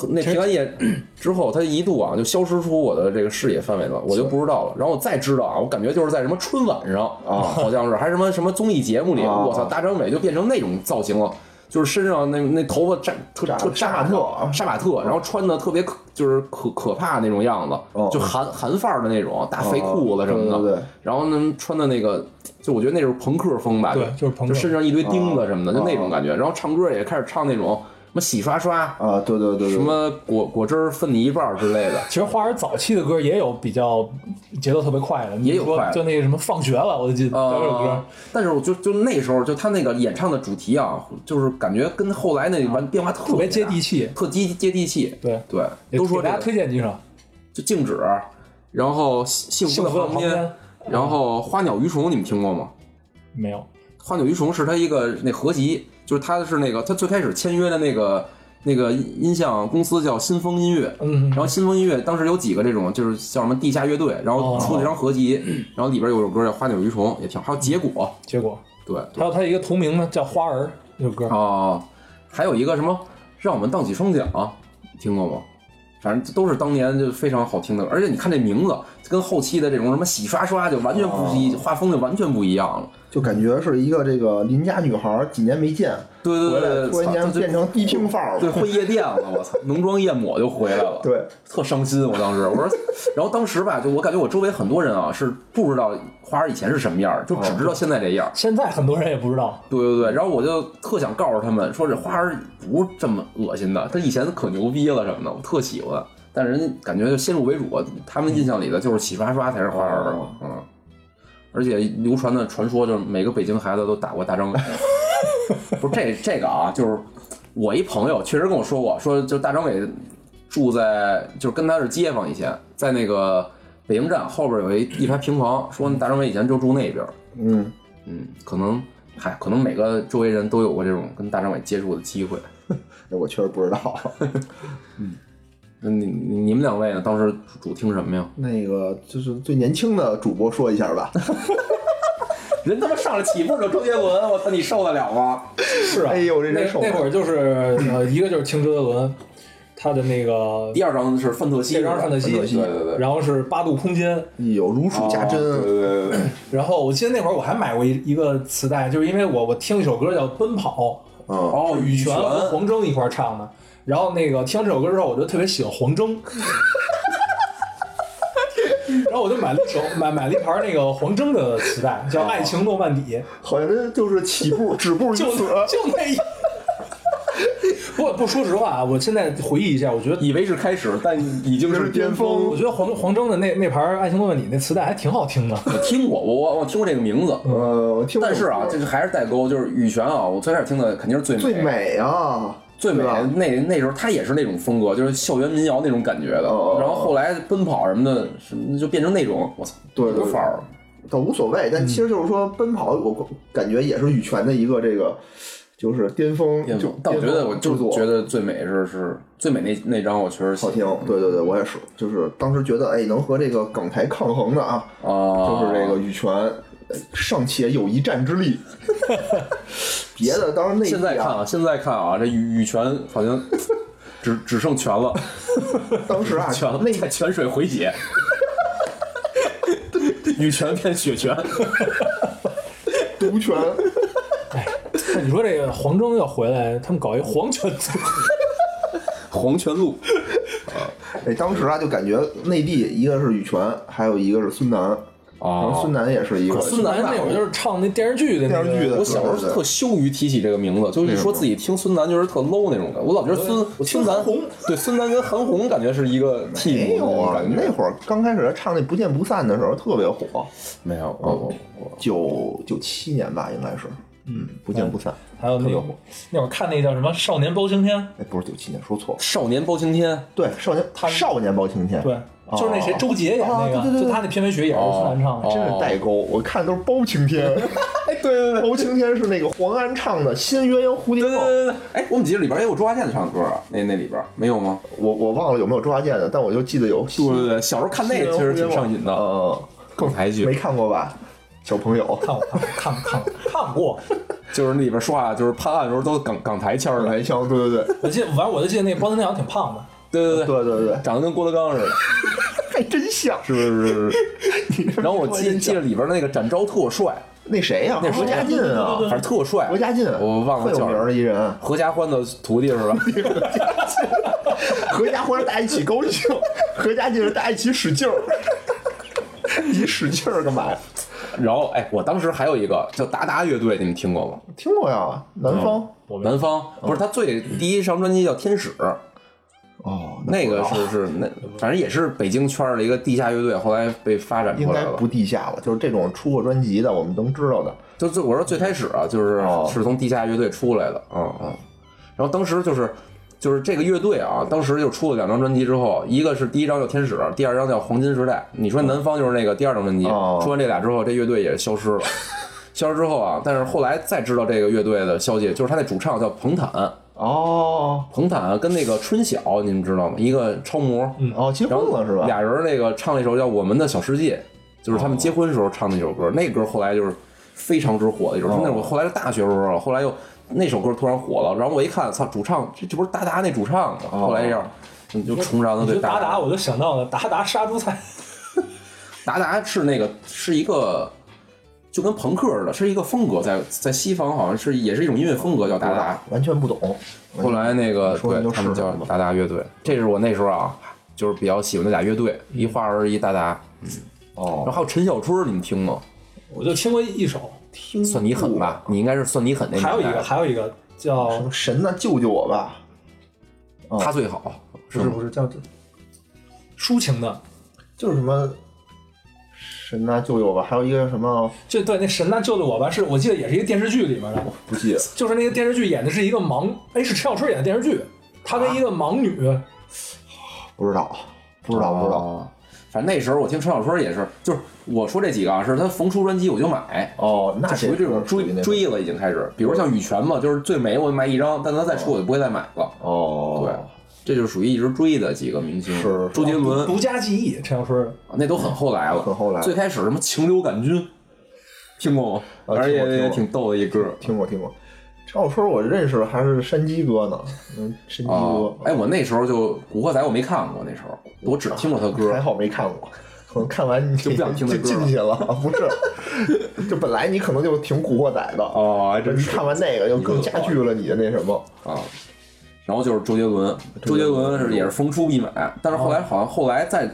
那平安夜 [CLEARS THROAT] 之后，他一度啊就消失出我的这个视野范围了，我就不知道了。然后我再知道啊，我感觉就是在什么春晚上啊，好像是还是什么什么综艺节目里，啊我操，大张伟就变成那种造型了，就是身上那那头发扎特扎特杀马特啊杀马特，然后穿的特别可就是可可怕那种样子，哦就韩韩范儿的那种大肥裤子什么的，哦对对对然后呢穿的那个，就我觉得那是朋克风吧，对就是朋克身上一堆钉子什么的，哦就那种感觉，然后唱歌也开始唱那种什么洗刷刷，啊，对对对对，什么果果汁儿分你一半儿之类 [LAUGHS] 的，其实花儿早期的歌也有比较节奏特别快的，你也有说快的就那个什么放学了，我就记得有首啊歌，！但是我就就那时候，就他那个演唱的主题啊，就是感觉跟后来那完变化特啊特别别接大地，气。特接接地气。对，对，也都说给这大家个推荐几首，就静止，然后幸幸幸福福的的旁旁边边，然后花鸟鱼虫，你们听过吗？没有？花鸟鱼虫是他一个那合集，就是他是那个他最开始签约的那个那个音像公司叫新风音乐，嗯然后新风音乐当时有几个这种就是叫什么地下乐队，然后出了一张合集，然后里边有首歌叫花鸟鱼虫也挺好，还有结果，结果对，还有他一个同名的叫《花儿》那首歌，哦，还有一个什么让我们荡起双桨，听过吗？反正都是当年就非常好听的歌，而且你看这名字跟后期的这种什么洗刷刷就完全不一，画风就完全不一样了。就感觉是一个这个邻家女孩儿几年没见，对对对回来对，突然操间这变成迪厅范儿对了，混夜店了，我操，浓妆艳抹就回来了。对，特伤心，我当时我说，然后当时吧，就我感觉我周围很多人啊是不知道花儿以前是什么样儿，就只哦知道现在这样儿。现在很多人也不知道。对对对，然后我就特想告诉他们说，这花儿不是这么恶心的，他以前可牛逼了什么的，我特喜欢。但是人家感觉就先入为主，啊他们印象里的就是洗刷刷才是花儿哦，嗯。而且流传的传说就是每个北京孩子都打过大张伟，不是这这个啊，就是我一朋友确实跟我说过，说就大张伟住在就是跟他是街坊，以前在那个北京站后边有一一排平房，说大张伟以前就住那边儿。嗯，嗯，可能嗨，可能每个周围人都有过这种跟大张伟接触的机会。那我确实不知道。那你你你们两位呢？当时主听什么呀？那个就是最年轻的主播说一下吧。人他妈上来起步就周杰伦，我操，你受得了吗？是啊，哎呦这那人受不那了会儿就是呃，一个就是听周杰伦，他的那个第二张是范特西，这张范特西，对对对，然后是八度空间，哎呦，如数家珍，哦对对对对，然后我记得那会儿我还买过一一个磁带，就是因为我我听一首歌叫《奔跑》，嗯，哦，羽羽泉泉和黄征一块儿唱的。然后那个听完这首歌之后，我就特别喜欢黄征， [LAUGHS] 然后我就买了一首买买了一盘那个黄征的磁带，叫《爱情诺曼底》，好像真就是起步止步于就此。就那一。 [LAUGHS] 不不，说实话啊，我现在回忆一下，我觉得以为是开始，但已经是巅峰。我觉得黄黄征的那那盘《爱情诺曼底》那磁带还挺好 [LAUGHS] 听的。我听过，我我我听过这个名字，呃，我听过但是啊，这个还是代沟，就是羽泉啊，我最开始听的肯定是最美最最美啊，美对吧那那时候他也是那种风格，就是校园民谣那种感觉的。哦哦哦然后后来奔跑什么的，什么就变成那种我操，对一个对范儿。倒无所谓，但其嗯实就是说奔跑，我感觉也是羽泉的一个这个就是巅峰，巅就峰但我觉得我就巅峰是之觉作得最美是是最美那那张，我确实喜好欢听。对对对，我也是，就是当时觉得哎，能和这个港台抗衡的啊，啊，就是这个羽泉，呃尚且有一战 [LAUGHS] 之力。别的当然内现在地看啊，啊，现在看啊，这羽羽泉好 [LAUGHS] 像只只剩泉了，当时啊泉了，内在泉水回血， [LAUGHS] 羽泉变雪泉。毒 [LAUGHS] 拳，那你说这个黄征要回来，他们搞一黄泉 [LAUGHS] 组，黄泉路，哎，当时啊就感觉内地一个是羽泉，还有一个是孙楠，哦然哦后孙楠也是一个孙楠那会儿就是唱那电视剧的那个电视剧的我小时候特羞于提起这个名字，就是一说自己听孙楠就是特 low 那种感觉。我老觉得孙听咱红，对孙楠跟韩红感觉是一个 team 没有啊，感那觉会儿刚开始唱那《不见不散》的时候特别火，没有我我我九九七年吧，应该是，嗯，不见不散。还有那个那会儿看那叫什么《少年包青天》，哎，不是九七年，说错了。少年包青天对，少年他少年包青天，对，就是那谁周杰演那哦哦对个，对对就他那片尾曲也是孙楠唱的。真是代沟。我看都是包青天，哎 [LAUGHS] 对对对包青天是那个黄安唱的《新鸳鸯蝴蝶对梦》，对对，哎我怎么记得里边也有周华健唱的歌啊？那那里边没有吗？我我忘了有没有周华健的，但我就记得有。对对对，小时候看那个其实挺上瘾的，啊呃，更台没剧看过吧，小 [LAUGHS] 朋友？看过，看过，看过，看过。就是那里边说话就是判案的时候都港港台腔儿来的，枪，对对对，我记得，反正我就记得那包青天好像挺胖的。对对对，对对对， [LAUGHS] 长得跟郭德纲似的。还真像。是不是？ [LAUGHS] 是不是然后我记记得里边的那个展昭特帅， [LAUGHS] 那谁呀？那何家劲啊，反正特帅。何家劲，我忘了特有叫名什儿么。的一人。何家欢的徒弟是吧？何家欢是大家一起高兴，何家劲是大家一起使劲儿。 [LAUGHS] 你使劲儿干嘛呀？然后哎，我当时还有一个叫达达乐队，你们听过吗？听过呀，南方我们南方不是他最第一张专辑叫《天使》，哦，那个是是那反正也是北京圈儿的一个地下乐队，后来被发展应出来该了不。地下了，就是这种出过专辑的，我们能知道的。就就我说最开始啊，就是、哦是从地下乐队出来的，嗯嗯。然后当时就是就是这个乐队啊，当时就出了两张专辑之后，一个是第一张叫《天使》，第二张叫《黄金时代》。你说南方就是那个第二张专辑，哦出完这俩之后，这乐队也消失了。消失之后啊，但是后来再知道这个乐队的消息，就是他那主唱叫彭坦，哦彭坦跟那个春晓，你们知道吗？一个超模，哦，结婚然后了是吧？哦俩人那个唱了一首叫《我们的小世界》，就是他们结婚时候唱的一首歌。那歌后来就是非常之火的一首，那我哦后来是大学时候了，后来又那首歌突然火了，然后我一看，操，主唱这这不是达达那主唱吗？哦后来这样。你就重燃了你对说达达，达我就想到了达达杀猪菜，达达是那个是一个，就跟朋克似的，是一个风格，在在西方好像是也是一种音乐风格叫达达。嗯完全不懂。后来那个哦你说你对就他们试试叫吧达达乐队，这是我那时候啊，就是比较喜欢的俩乐队，嗯一花儿一达达，然后哦，还有陈小春，你们听吗？我就听过一首，听算你狠吧，你应该是算你狠哎那还有一年代个，还有一个叫过？神呐，救救我吧！嗯他最好，不是不是叫这抒情的，就是什么什神呐救救我吧！还有一个什么就对那神呐救了我吧，是我记得也是一个电视剧里面的，不记得，就是那个电视剧演的是一个盲，哎，是陈小春演的电视剧，她跟一个盲女，啊不知道，不知道，不知道。哦。反正那时候我听陈小春也是，就是我说这几个啊，是他逢出专辑我就买，哦，那就属于这种属于追那种追了已经开始。比如像羽泉嘛，就是最美我就买一张，但他再出我就不会再买了。哦，对，这就属于一直追的几个明星，是周杰伦，独家记忆，陈小春，那都哦很后来了，很后来最开始什么情流杆菌，听过吗？啊而且听过听过也挺逗的一歌。听过听过。陈小春我认识还是山鸡哥呢，嗯，山鸡哦哥，，哎，我那时候就《古惑仔》我没看过，那时候我只听过他歌还。好没看过， [LAUGHS] 可能看完你就不想听那就歌了进 [LAUGHS] 去了，不是？就本来你可能就挺古惑仔的，啊哦，还真你是看完那个又更加剧了你的那什么。啊。然后就是周杰伦，周周杰杰伦伦是也是逢出必买，但是后来好像后来再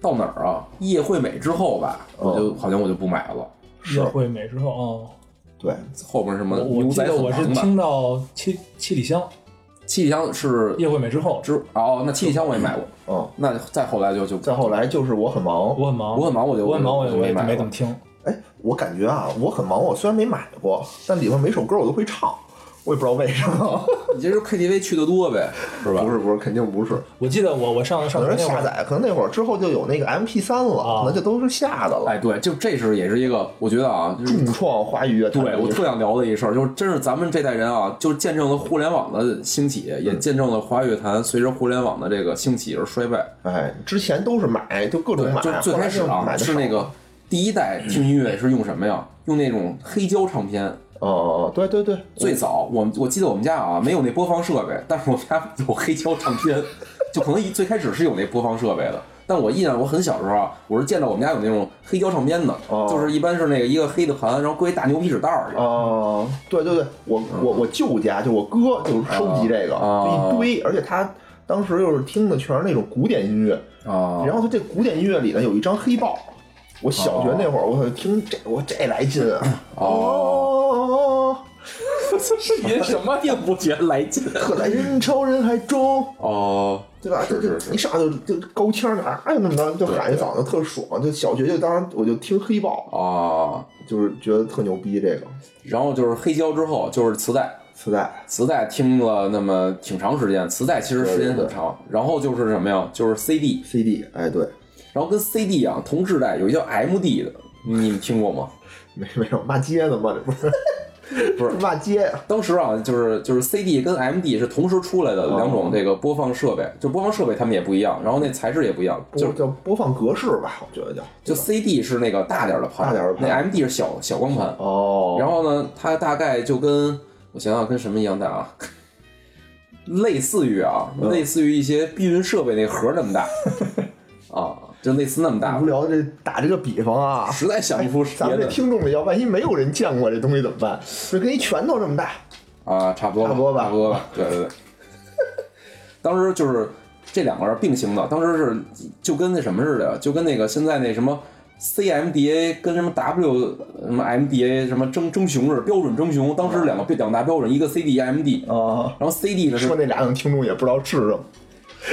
到哪儿啊？叶惠美之后吧，我就好像我就不买了。约会美之后，哦，对，后边什么我我牛记仔得很我是忙吧？听到七七里香七里香是叶惠美之后，之哦，那七里香我也买过。嗯，那再后来就就再后来就是我很忙，我很忙，我很忙我就我很忙，我我就我也没买了没怎么听，哎，我感觉啊，我很忙，我虽然没买过，但里面每首歌我都会唱，我也不知道为什 [LAUGHS] 么。你这是 KTV 去的多呗，是吧？不是不是，肯定不是，我记得我我上可上学能是那会下儿，载，可能那会儿之后就有那个 MP 三了，啊可能就都是下的了。哎，对，就这是也是一个，我觉得啊，就是重创华语乐坛，对我特想聊的一事儿，就是真是咱们这代人啊，就见证了互联网的兴起，也见证了华语乐坛随着互联网的这个兴起而衰败。哎，之前都是买，就各种对，买，就最后来开始就买啊，的是少那个第一代听音乐是用什么呀？用那种黑胶唱片。哦，对对对，最早嗯我们我记得我们家啊没有那播放设备，但是我们家 [LAUGHS] 有黑胶唱片，就可能一最开始是有那播放设备的。但我印象我很小时候啊，我是见到我们家有那种黑胶唱片的，哦就是一般是那个一个黑的盘，然后搁一大牛皮纸袋儿里。哦，嗯对对对，我我我舅家就我哥就是收集这个，啊就一堆，而且他当时就是听的全是那种古典音乐，啊然后他这古典音乐里呢有一张黑豹，我小学那会儿我听这我这来劲啊，哦，是您什么并不觉得来劲。可在人潮人海中，哦，对吧？是嗯就是就一上来就就高腔儿啊，那么着就喊一嗓子特爽，就小学就当时我就听黑豹，哦，就是觉得特牛逼这个然后就是黑胶之后就是磁带，磁带，磁带听了那么挺长时间，磁带其实时间很长。然后就是什么呀？就是 CD， CD，哎对。然后跟 CD 一样，同时代有一叫 MD 的，你们听过吗？没没有骂街呢吗？这不是不是骂街呀、当时啊，就是就是 CD 跟 MD 是同时出来的两种这个播放设备，就播放设备它们也不一样，然后那材质也不一样，播就叫播放格式吧，我觉得叫就 CD 是那个大点儿的盘，大点儿的盘那 MD 是小小光盘。哦然后呢，它大概就跟我想想跟什么一样大啊， [LAUGHS] 类似于啊，嗯类似于一些避孕设备那盒那么 [LAUGHS] 大啊，就类似那么大无，聊的这打这个比方啊，实在想不出嗯咱别们这的听众里要万一没有人见过这东西怎么办？就跟一拳头这么大，啊，差不多吧，差不多吧差不多 [LAUGHS] 吧，对对对。当时就是这两个是并行的，当时是就跟那什么似的，就跟那个现在那什么。CMDA 跟什么 W 什么 MDA 什么征征雄似的，标准征雄。当时两个两大标准，一个 CD，一个 MD。啊，然后 CD 呢是说那俩人听众也不知道是什么。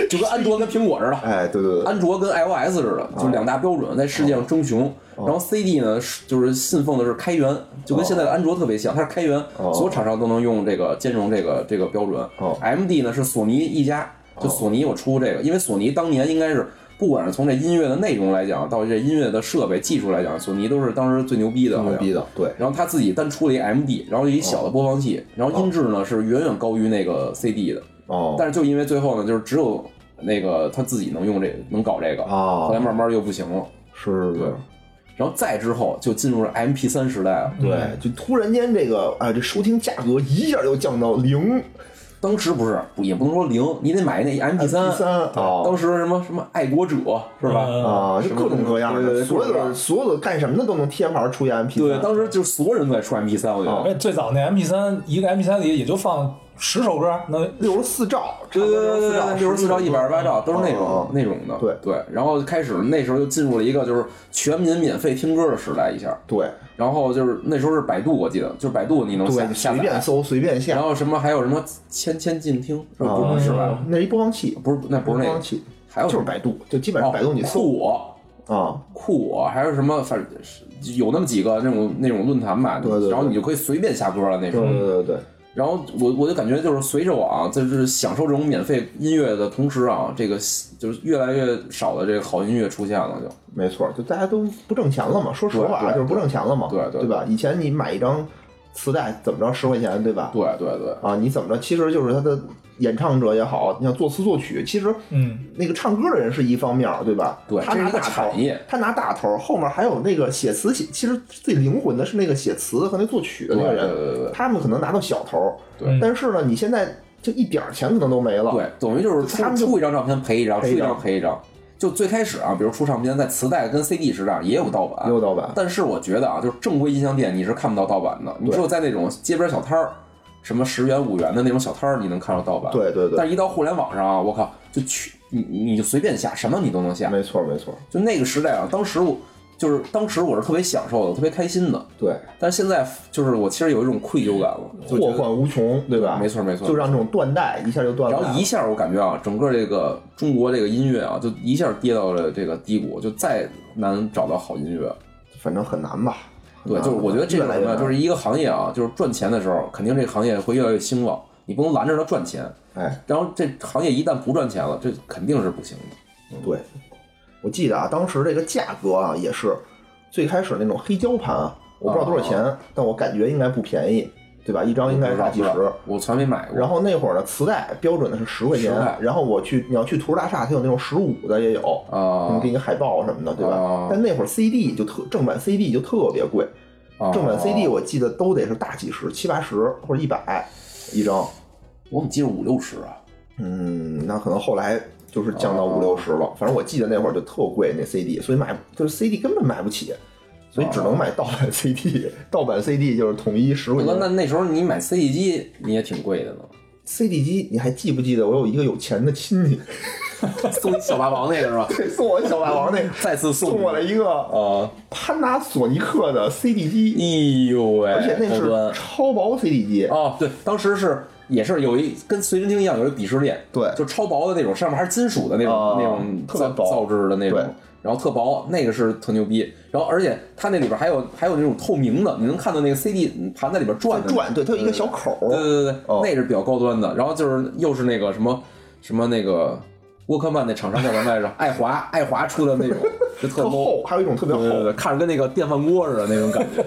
就跟安卓跟苹果似的，哎，对对对，安卓跟 iOS 似的，就是两大标准在世界上争雄。然后 CD 呢，是就是信奉的是开源，就跟现在的安卓特别像，它是开源，哦所有厂商都能用这个兼容这个这个标准哦。 MD 呢是索尼一家，就索尼我出这个，因为索尼当年应该是。不管是从这音乐的内容来讲，到这音乐的设备技术来讲，索尼都是当时最牛逼的，好像的，啊对，然后他自己单出了一 MD，然后一小的播放器，然后音质呢是远远高于那个 CD 的，哦，但是就因为最后呢，就是只有那个他自己能用这能搞这个，哦后来慢慢又不行了。是是是，然后再之后就进入了 M P 三时代啊了。对，嗯就突然间这个啊，这收听价格一下就降到零，当时不是，不也不能说零，你得买那 M P 三。第三啊当时什么什么爱国者是吧？嗯啊，就什么各种各样对对对的，所有各种各样的所有的干什么的都能贴牌出现 MP 对，三，当时就所有人都在出 M P 三，我觉哦得。而且最早那 M P 三一个 M P 三里也就放十首歌，能六十四兆，对对对对对，六十四兆、 14一百二十八兆都是那哦种那种的。对对，然后开始那时候就进入了一个就是全民免费听歌的时代，一下。对然后就是那时候是百度，我记得就是百度你能对，下你下随便载，搜随便下然，后什么还有什么千千静听，是吧啊不是吧？那是一播放器，嗯不是，那不是播那放个，哦器，还有嗯就是百度，就基本上百度你酷搜我，啊，酷我还是什么，反正是有那么几个那种那种论坛吧，对对对然后你就可以随便下歌了那对种。对对对，然后我我就感觉就是随着我啊，就是享受这种免费音乐的同时啊，这个就是越来越少的这个好音乐出现了，就没错，就大家都不挣钱了嘛，说实话对对就是不挣钱了嘛，对对对吧？以前你买一张磁带怎么着十块钱，对吧？对对对，啊，你怎么着，其实就是他的演唱者也好，你像作词作曲，其实嗯，那个唱歌的人是一方面儿，对吧？对他这是拿一个大头产业，他拿大头，后面还有那个写词写，其实最灵魂的是那个写词和那作曲的那个人，对对对对他们可能拿到小头，对但是呢，你现在就一点儿钱可能都没了，对，等于就是出他们就出一张唱片赔一张，出赔一一张张赔一张。就最开始啊，比如出唱片，在磁带跟 CD 时代也有盗版，也有盗版但是我觉得啊，就是正规音像店你是看不到盗版的，你只有在那种街边小摊儿，什么十元五元的那种小摊儿，你能看到盗版。对对对但是一到互联网上啊，我靠，就去你你就随便下，什么你都能下。没错没错，就那个时代啊，当时我就是当时我是特别享受的，特别开心的。对，但是现在就是我其实有一种愧疚感了，就觉祸得患无穷，对吧？没错没错就让这种断代一下就断代然了，后一下我感觉啊，整个这个中国这个音乐啊，就一下跌到了这个低谷，就再难找到好音乐。反正很难吧。对，很就是难我觉得这越种来什越么呀，难就是一个行业啊，就是赚钱的时候，肯定这个行业会越来越兴旺，你不能拦着它赚钱。哎，然后这行业一旦不赚钱了，这肯定是不行的。对，我记得啊，当时这个价格啊也是最开始那种黑胶盘啊，我不知道多少钱，但我感觉应该不便宜，对吧？一张应该是大几不知十道。我从来没买过。然后那会儿呢，磁带标准的是十块钱10块，然后我去你要去图书大厦，它有那种十五的也有，啊可能给你个海报什么的，对吧？啊但那会儿 CD 就特正版 CD 就特别贵，啊正版 CD 我记得都得是大几十、七八十或者一百一张，我怎么记着五六十啊？嗯，那可能后来就是降到五六十啊了。反正我记得那会儿就特贵那 CD，所以买就是 CD 根本买不起，所以只能买盗版 CD。盗版 CD 就是统一十块我哥，啊那钱。那时候你买 CD 机你也挺贵的呢， [LAUGHS] CD 机你还记不记得我有一个有钱的亲戚 [LAUGHS] 送你小霸王那个是吧？送我小霸王那再次送送我了一个啊！潘达索尼克的 CD 机，哎呦喂，而且那高端是超薄 CD 机。哦，对，当时是也是有一跟随身听一样有一鄙视链，对就超薄的那种，上面还是金属的那种、啊那种特别造薄造制的那种对，然后特薄，那个是特牛逼。然后而且它那里边还有还有那种透明的，你能看到那个 CD 盘在里边转的那转，对，它有一个小口对儿，对对对，哦那是比较高端的。然后就是又是那个什么什么那个沃克曼那厂商叫什么来着？ [LAUGHS] 爱华爱华出的那种，就特特 low，厚，还有一种特别对对对厚。对，看着跟那个电饭锅似的那种感觉。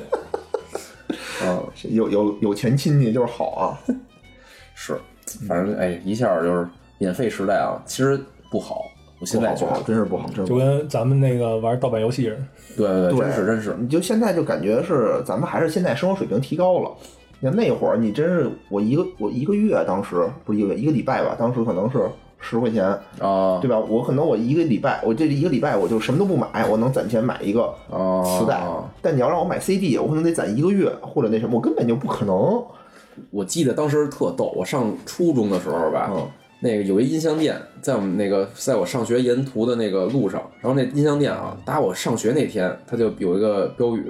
嗯，有有有钱亲戚就是好啊。是，反正哎，一下就是免费时代啊，其实不好。我现不在好觉不好，得，真是不好，真是不好就跟咱们那个玩盗版游戏似的。对对对，对真是真是，你就现在就感觉是咱们还是现在生活水平提高了。你看那会儿，你真是我一个我一个月，当时不是一个月，一个礼拜吧，当时可能是十块钱，啊对吧？我可能我一个礼拜，我这一个礼拜我就什么都不买，我能攒钱买一个啊，磁带。但你要让我买 CD，我可能得攒一个月或者那什么，我根本就不可能。我记得当时特逗，我上初中的时候吧，嗯那个有一音像店，在我们那个在我上学沿途的那个路上，然后那音像店啊，打我上学那天，它就有一个标语，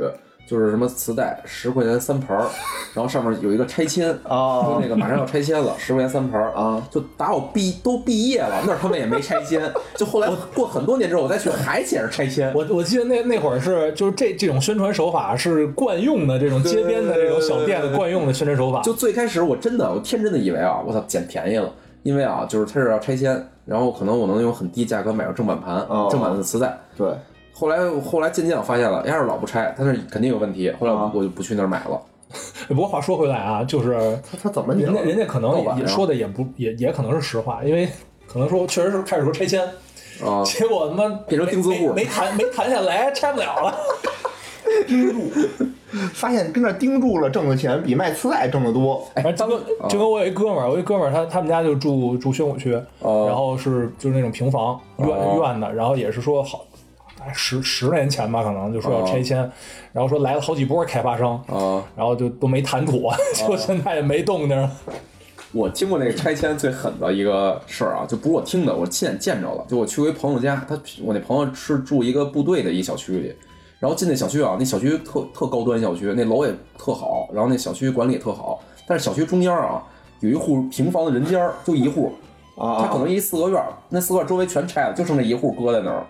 就是什么磁带十块钱三盘儿，然后上面有一个拆迁哦说那个马上要拆迁了，十块钱三盘儿啊，就打我毕都毕业了，那儿他们也没拆迁，就后来过很多年之后我再去还写着拆迁，我我记得那那会儿是就是这这种宣传手法是惯用的，这种街边的这种小店的惯用的宣传手法。就最开始我真的我天真的以为啊，我操捡便宜了，因为啊就是它是要拆迁，然后可能我能用很低价格买到正版盘、哦正版的磁带。对，后来后来渐渐我发现了，要哎是老不拆，它那肯定有问题。后来我我就不去那儿买了。不过话说回来啊，就是他他怎么你人家了？人家可能盗版啊也也说的也不也也可能是实话，因为可能说确实是开始说拆迁，啊、结果他妈变成没钉子户没没谈没谈下来，拆不了 [LAUGHS] 了。发现跟那儿盯住了，挣的钱比卖磁带挣的多。哎反正就跟就跟我有一哥们儿，我一哥们儿他他们家就住住宣武区，哦然后是就是那种平房院哦院的，然后也是说好大概十十年前吧，可能就说要哦拆迁，然后说来了好几波开发商，哦然后就都没谈妥， [LAUGHS] 就现在也没动静。我听过那个拆迁最狠的一个事儿啊，就不是我听的，我亲眼见着了。就我去过一朋友家，他我那朋友是住一个部队的一小区里，然后进那小区啊，那小区特特高端小区，那楼也特好，然后那小区管理也特好，但是小区中间啊有一户平房的人家儿，就一户，啊他可能一四合院儿，那四合院儿周围全拆了，就剩这一户搁在那儿了。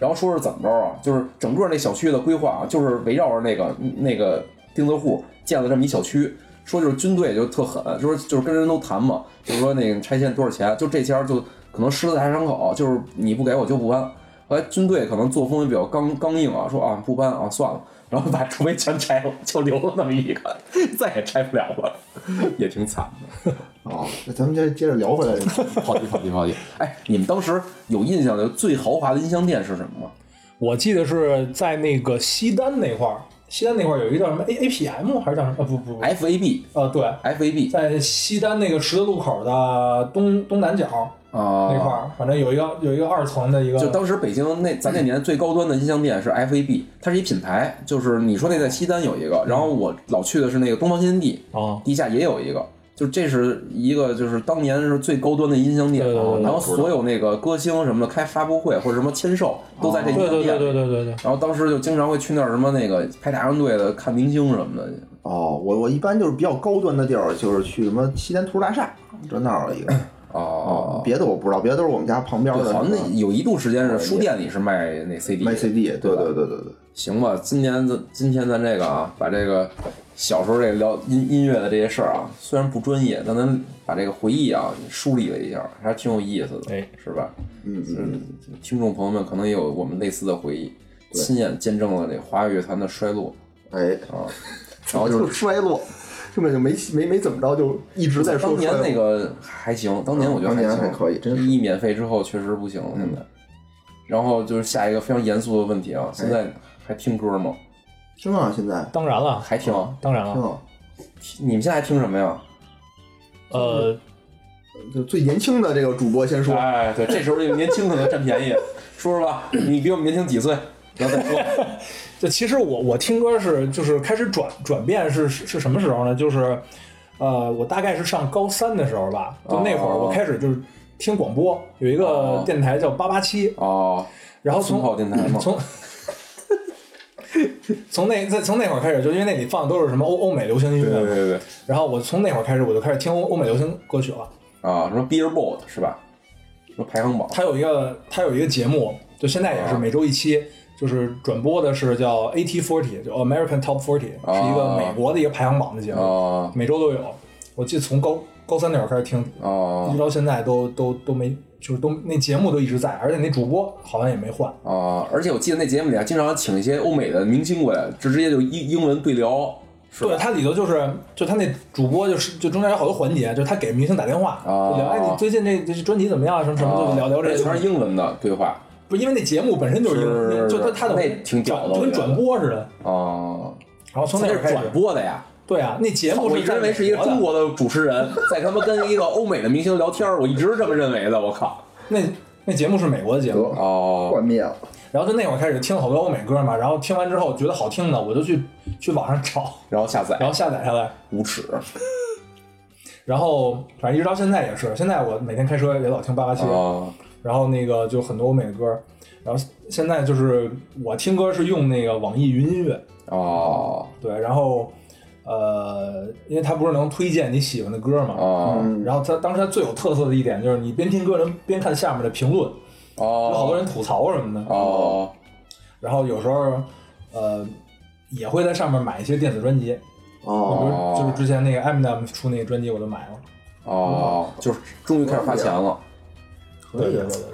然后说是怎么着啊？就是整个那小区的规划啊，就是围绕着那个那个钉子户建了这么一小区。说就是军队就特狠，就是就是跟人都谈嘛，就是说那个拆迁多少钱，就这家就可能狮子大伤口，就是你不给我就不搬。后来军队可能作风也比较刚刚硬啊，说啊不搬啊算了，然后把周围全拆了，就留了那么一个，再也拆不了了，也挺惨的。哦，那咱们接接着聊回来这个。跑题跑题跑题！哎，你们当时有印象的最豪华的音像店是什么吗？我记得是在那个西单那块儿，西单那块儿有一个叫什么 A A P M 还是叫什么？啊不不哎不， FAB 呃对， FAB 在西单那个十字路口的东东南角那块啊，儿，反正有一个有一个二层的一个，就当时北京那咱那年最高端的音像店是 FAB，它是一品牌，就是你说那在西单有一个，然后我老去的是那个东方新天地，啊地下也有一个。就这是一个，就是当年是最高端的音像店，啊对对对对然后所有那个歌星什么的开发布会或者什么签售都在这哦对音像店。对对对对对对，然后当时就经常会去那儿什么那个排大长队的看明星什么的。哦，我我一般就是比较高端的地儿，就是去什么西单图书大厦，这那儿的一个。哦，啊别的我不知道，别的都是我们家旁边对，的。好像那有一度时哦间是书店里是卖那 CD，卖 CD，对对对对对。行吧，今年咱今天咱这个啊，把这个小时候这聊音音乐的这些事儿啊，虽然不专业，但咱把这个回忆啊梳理了一下，还挺有意思的，哎是吧？嗯嗯，听众朋友们可能也有我们类似的回忆，亲眼见证了这华语乐坛的衰落哎，啊。然后就衰落，根本就没没没怎么着，就一直在说当年衰落那个还行，当年我觉得当还年行，还可以真是嗯一免费之后确实不行了，现在。然后就是下一个非常严肃的问题啊，现哎在还听歌吗？听啊，现在当然了，还听？当然听了，啊，你们现在还听什么呀？呃，就最年轻的这个主播先说，哎，对，这时候这个年轻可能占 [LAUGHS] 便宜，说说吧，你比我们年轻几岁？然后再说，就其实我我听歌是就是开始转转变是是是什么时候呢？就是，呃，我大概是上高三的时候吧，就那会儿哦我开始就是听广播，有一个哦电台叫八八七，哦，然后松从炮电台嘛，从从那在从那会儿开始，就因为那里放的都是什么欧欧美流行音乐，对对，然后我从那会儿开始我就开始听欧欧美流行歌曲了。啊，什么 Billboard 是吧？什么排行榜？它有一个它有一个节目，就现在也是啊每周一期，就是转播的是叫 AT Forty，就 American Top Forty，啊是一个美国的一个排行榜的节目，啊每周都有。我记得从高高三那会儿开始听，一啊直到现在都都都没，就是都那节目都一直在，而且那主播好像也没换。啊！而且我记得那节目里还经常请一些欧美的明星过来，直直接就英英文对聊，是对，吧？它里头就是，就他那主播就是，就中间有好多环节，就他给明星打电话，啊就聊哎你最近这这专辑怎么样，什么什么，就聊聊而这个哦且全是英文的对话不是因为那节目本身就是英是文，就他他的那挺屌的我就跟觉得转播似的。啊，然后从那那会是儿开始转，播的呀。对啊，那节目我是一直认为是一个中国国的主持 [LAUGHS] 人在他妈跟一个欧美的明星聊天，我一直这么认为的。我靠！的，那那节目是美国的节目。得 [LAUGHS] 哦，幻灭了。然后就那会儿开始听好多欧美歌嘛，然后听完之后觉得好听的，我就去去网上找，然后下载然后下载下来，无耻然后反正一直到现在也是。现在我每天开车也老听八八七，啊然后那个就很多欧美的歌。然后现在就是我听歌是用那个网易云音乐，哦对，然后呃，因为它不是能推荐你喜欢的歌嘛，嗯哦然后它当时它最有特色的一点就是你边听歌能边看下面的评论，有好多哦人吐槽什么的，哦然后有时候呃也会在上面买一些电子专辑，比哦，如就是之前那个 Eminem 出那个专辑我就买了，嗯哦，就是终于开始花钱了。对对对对对，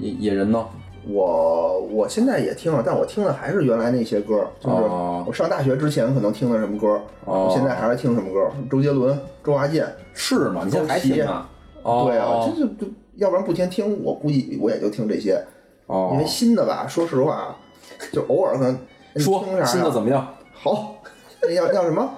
野野人呢？嗯我我现在也听了，但我听的还是原来那些歌，就是哦我上大学之前可能听的什么歌，哦我现在还是听什么歌，周杰伦、周华健。是吗？你现在还听呢？哦对啊，这就就要不然不天听，我估计我也就听这些，因哦，为新的吧，说实话，啊就偶尔可能你说听啥呀啊新的怎么样？好，那要要什么？啊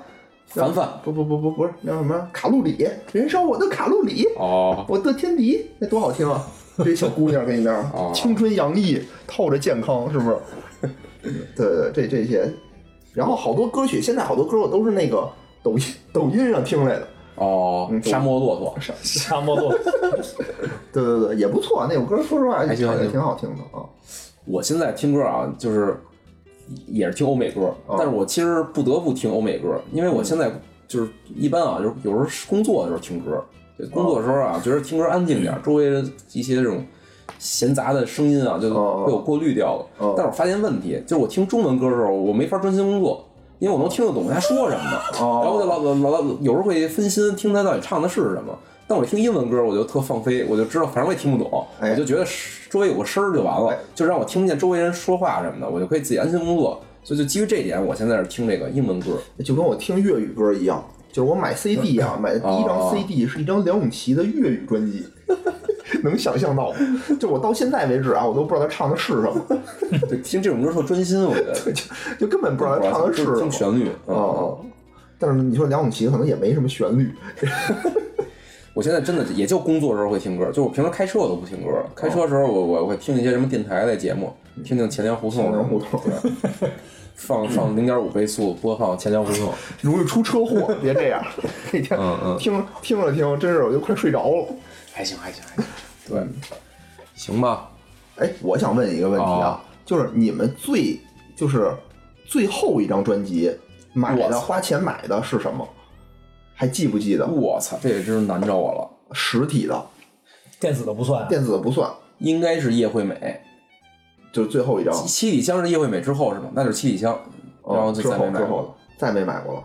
凡凡不不不不不是那叫什么卡路里，燃烧我的卡路里，哦我的天敌，那多好听 [LAUGHS] 啊！这小姑娘跟你那哦儿青春洋溢，透着健康，是不是？ [LAUGHS] 对对，这这些，然后好多歌曲，现在好多歌我都是那个抖音 [LAUGHS] 抖音上听来的，哦，嗯沙漠骆驼沙漠座对对对，也不错，啊那首歌说实话还行还行也挺好听的啊。我现在听歌啊，就是也是听欧美歌，哦但是我其实不得不听欧美歌，因为我现在就是一般啊，就是有时嗯候工作的时候听歌，就工作的时候啊，觉得听歌安静点儿，周围的一些这种闲杂的声音啊，就哦被我过滤掉了。哦但是我发现问题，就是我听中文歌的时候，我没法专心工作，因为我能听得懂他说什么的，哦然后我就老老老老有时候会分心听他到底唱的是什么。但我听英文歌，我就特放飞，我就知道，反正我也听不懂，哎我就觉得周围有个声儿就完了，哎就让我听不见周围人说话什么的，我就可以自己安心工作。所以就基于这一点，我现在是听这个英文歌。就跟我听粤语歌一样，就是我买 [LAUGHS] CD 啊，买的第一张哦 CD 是一张梁咏琪的粤语专辑， [LAUGHS] 能想象到吗？就我到现在为止啊，我都不知道他唱的是什么，对，听这种歌特专心，我觉得。就根本不知道他唱的是什听么。旋律嗯啊、但是你说梁咏琪可能也没什么旋律，我现在真的也就工作时候会听歌，就我平时开车我都不听歌，开车的时候我我会听一些什么电台的节目，听听前粮胡同，前粮胡同对，放放零点五倍速播放前粮胡同，容易出车 [LAUGHS] 祸，别这样。那天嗯嗯听听着听，真是我就快睡着了。 [LAUGHS] 还行还行还行， [LAUGHS] 对，行吧，哎，我想问一个问题啊，就是你们最就是最后一张专辑买我的操花钱买的是什么？还记不记得？我操，这也真是难着我了，实体的， [LAUGHS] 电子的不算啊，电子的不算，应该是叶惠美，就是最后一张，七七里香是叶惠美之后是吗？那就是七里香，嗯然后就之再没嗯后买之过了后。再没买过了。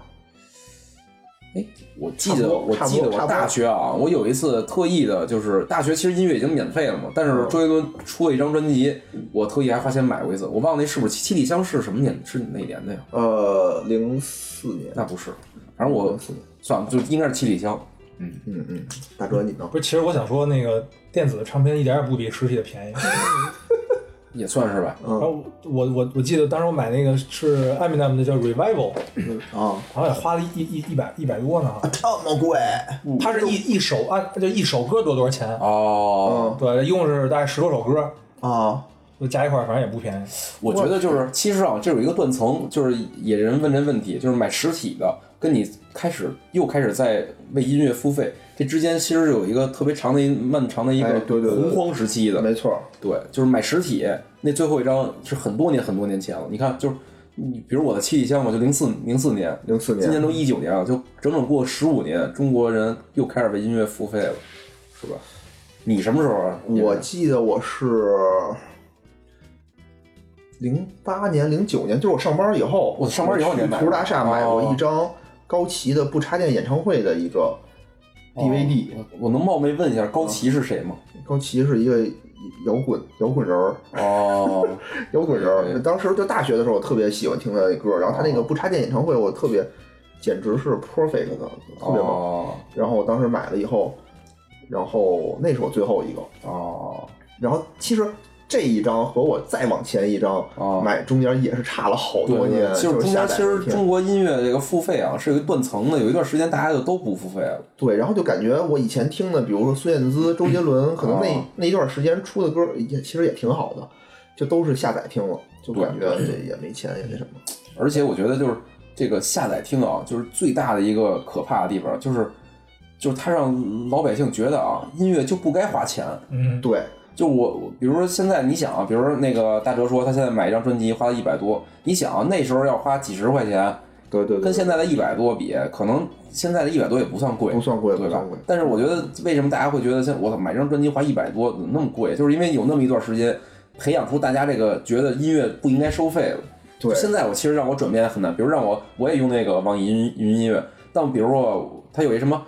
哎，我记得我差不多记得差不多我大学啊，我有一次特意的，就是大学其实音乐已经免费了嘛，但嗯是周杰伦出了一张专辑，我特意还花钱买过一次，我忘了那是不是七《七里香》是什么年，是哪年的呀？呃，零四年，那不是，反正我零四年，算了，就应该是《七里香》。嗯嗯，大哥你呢？不是，其实我想说，那个电子的唱片一点也不比实体的便宜。也算是吧，嗯然后我我我记得当时我买那个是 Eminem 的叫 Revival，啊，好像也花了一一一百一百多呢，好像这么贵？嗯它是一一首按就一首歌多多少钱？啊哦，嗯对，一共是大概十多首歌，啊，就加一块儿，反正也不便宜。我觉得就是，其实啊，这有一个断层，就是也有人问这问题，就是买实体的跟你开始又开始在为音乐付费，这之间其实有一个特别长的一漫长的一哎个对对对对洪荒时期的，没错，对，就是买实体那最后一张是很多年很多年前了。你看，就是你比如我的七里香，我就零四零四年，零四今年年都一九年了，就整整过十五年，中国人又开始为音乐付费了，是吧？你什么时候啊？我记得我是零八年、零九年，就是我上班以后，我上班以后你还去买图书大厦买过哦一张高旗的不插电演唱会的一个哦 DVD。我我能冒昧问一下，高旗是谁吗？高旗是一个摇滚摇滚人儿，哦，摇滚人对哦儿。当时就大学的时候，我特别喜欢听他的歌，然后他那个不插电演唱会，我特别，简直是 perfect 的，特别棒。哦然后我当时买了以后，然后那是我最后一个。哦，然后其实这一张和我再往前一张哦买中间也是差了好对多对年，对，哦就是就中是间下其载实一天中国音乐这个付费啊是有一断层的，有一段时间大家就都不付费了。对，然后就感觉我以前听的，比如说孙燕姿、周杰伦，可能那、哦那一段时间出的歌也其实也挺好的，就都是下载听了，就对感觉这也没钱也没什么。而且我觉得就是这个下载听啊，就是最大的一个可怕的地方，就是就是它让老百姓觉得啊，音乐就不该花钱。嗯，对，就我，我比如说现在你想啊，比如说那个大哲说他现在买一张专辑花了一百多，你想啊那时候要花几十块钱，对对对，跟现在的一百多比，可能现在的一百多也不算贵，不算贵，对不吧算贵？。但是我觉得为什么大家会觉得像我操买张专辑花一百多怎么那么贵，就是因为有那么一段时间培养出大家这个觉得音乐不应该收费了。对，现在我其实让我转变很难，比如让我我也用那个网易云云音乐，但比如说它有一什么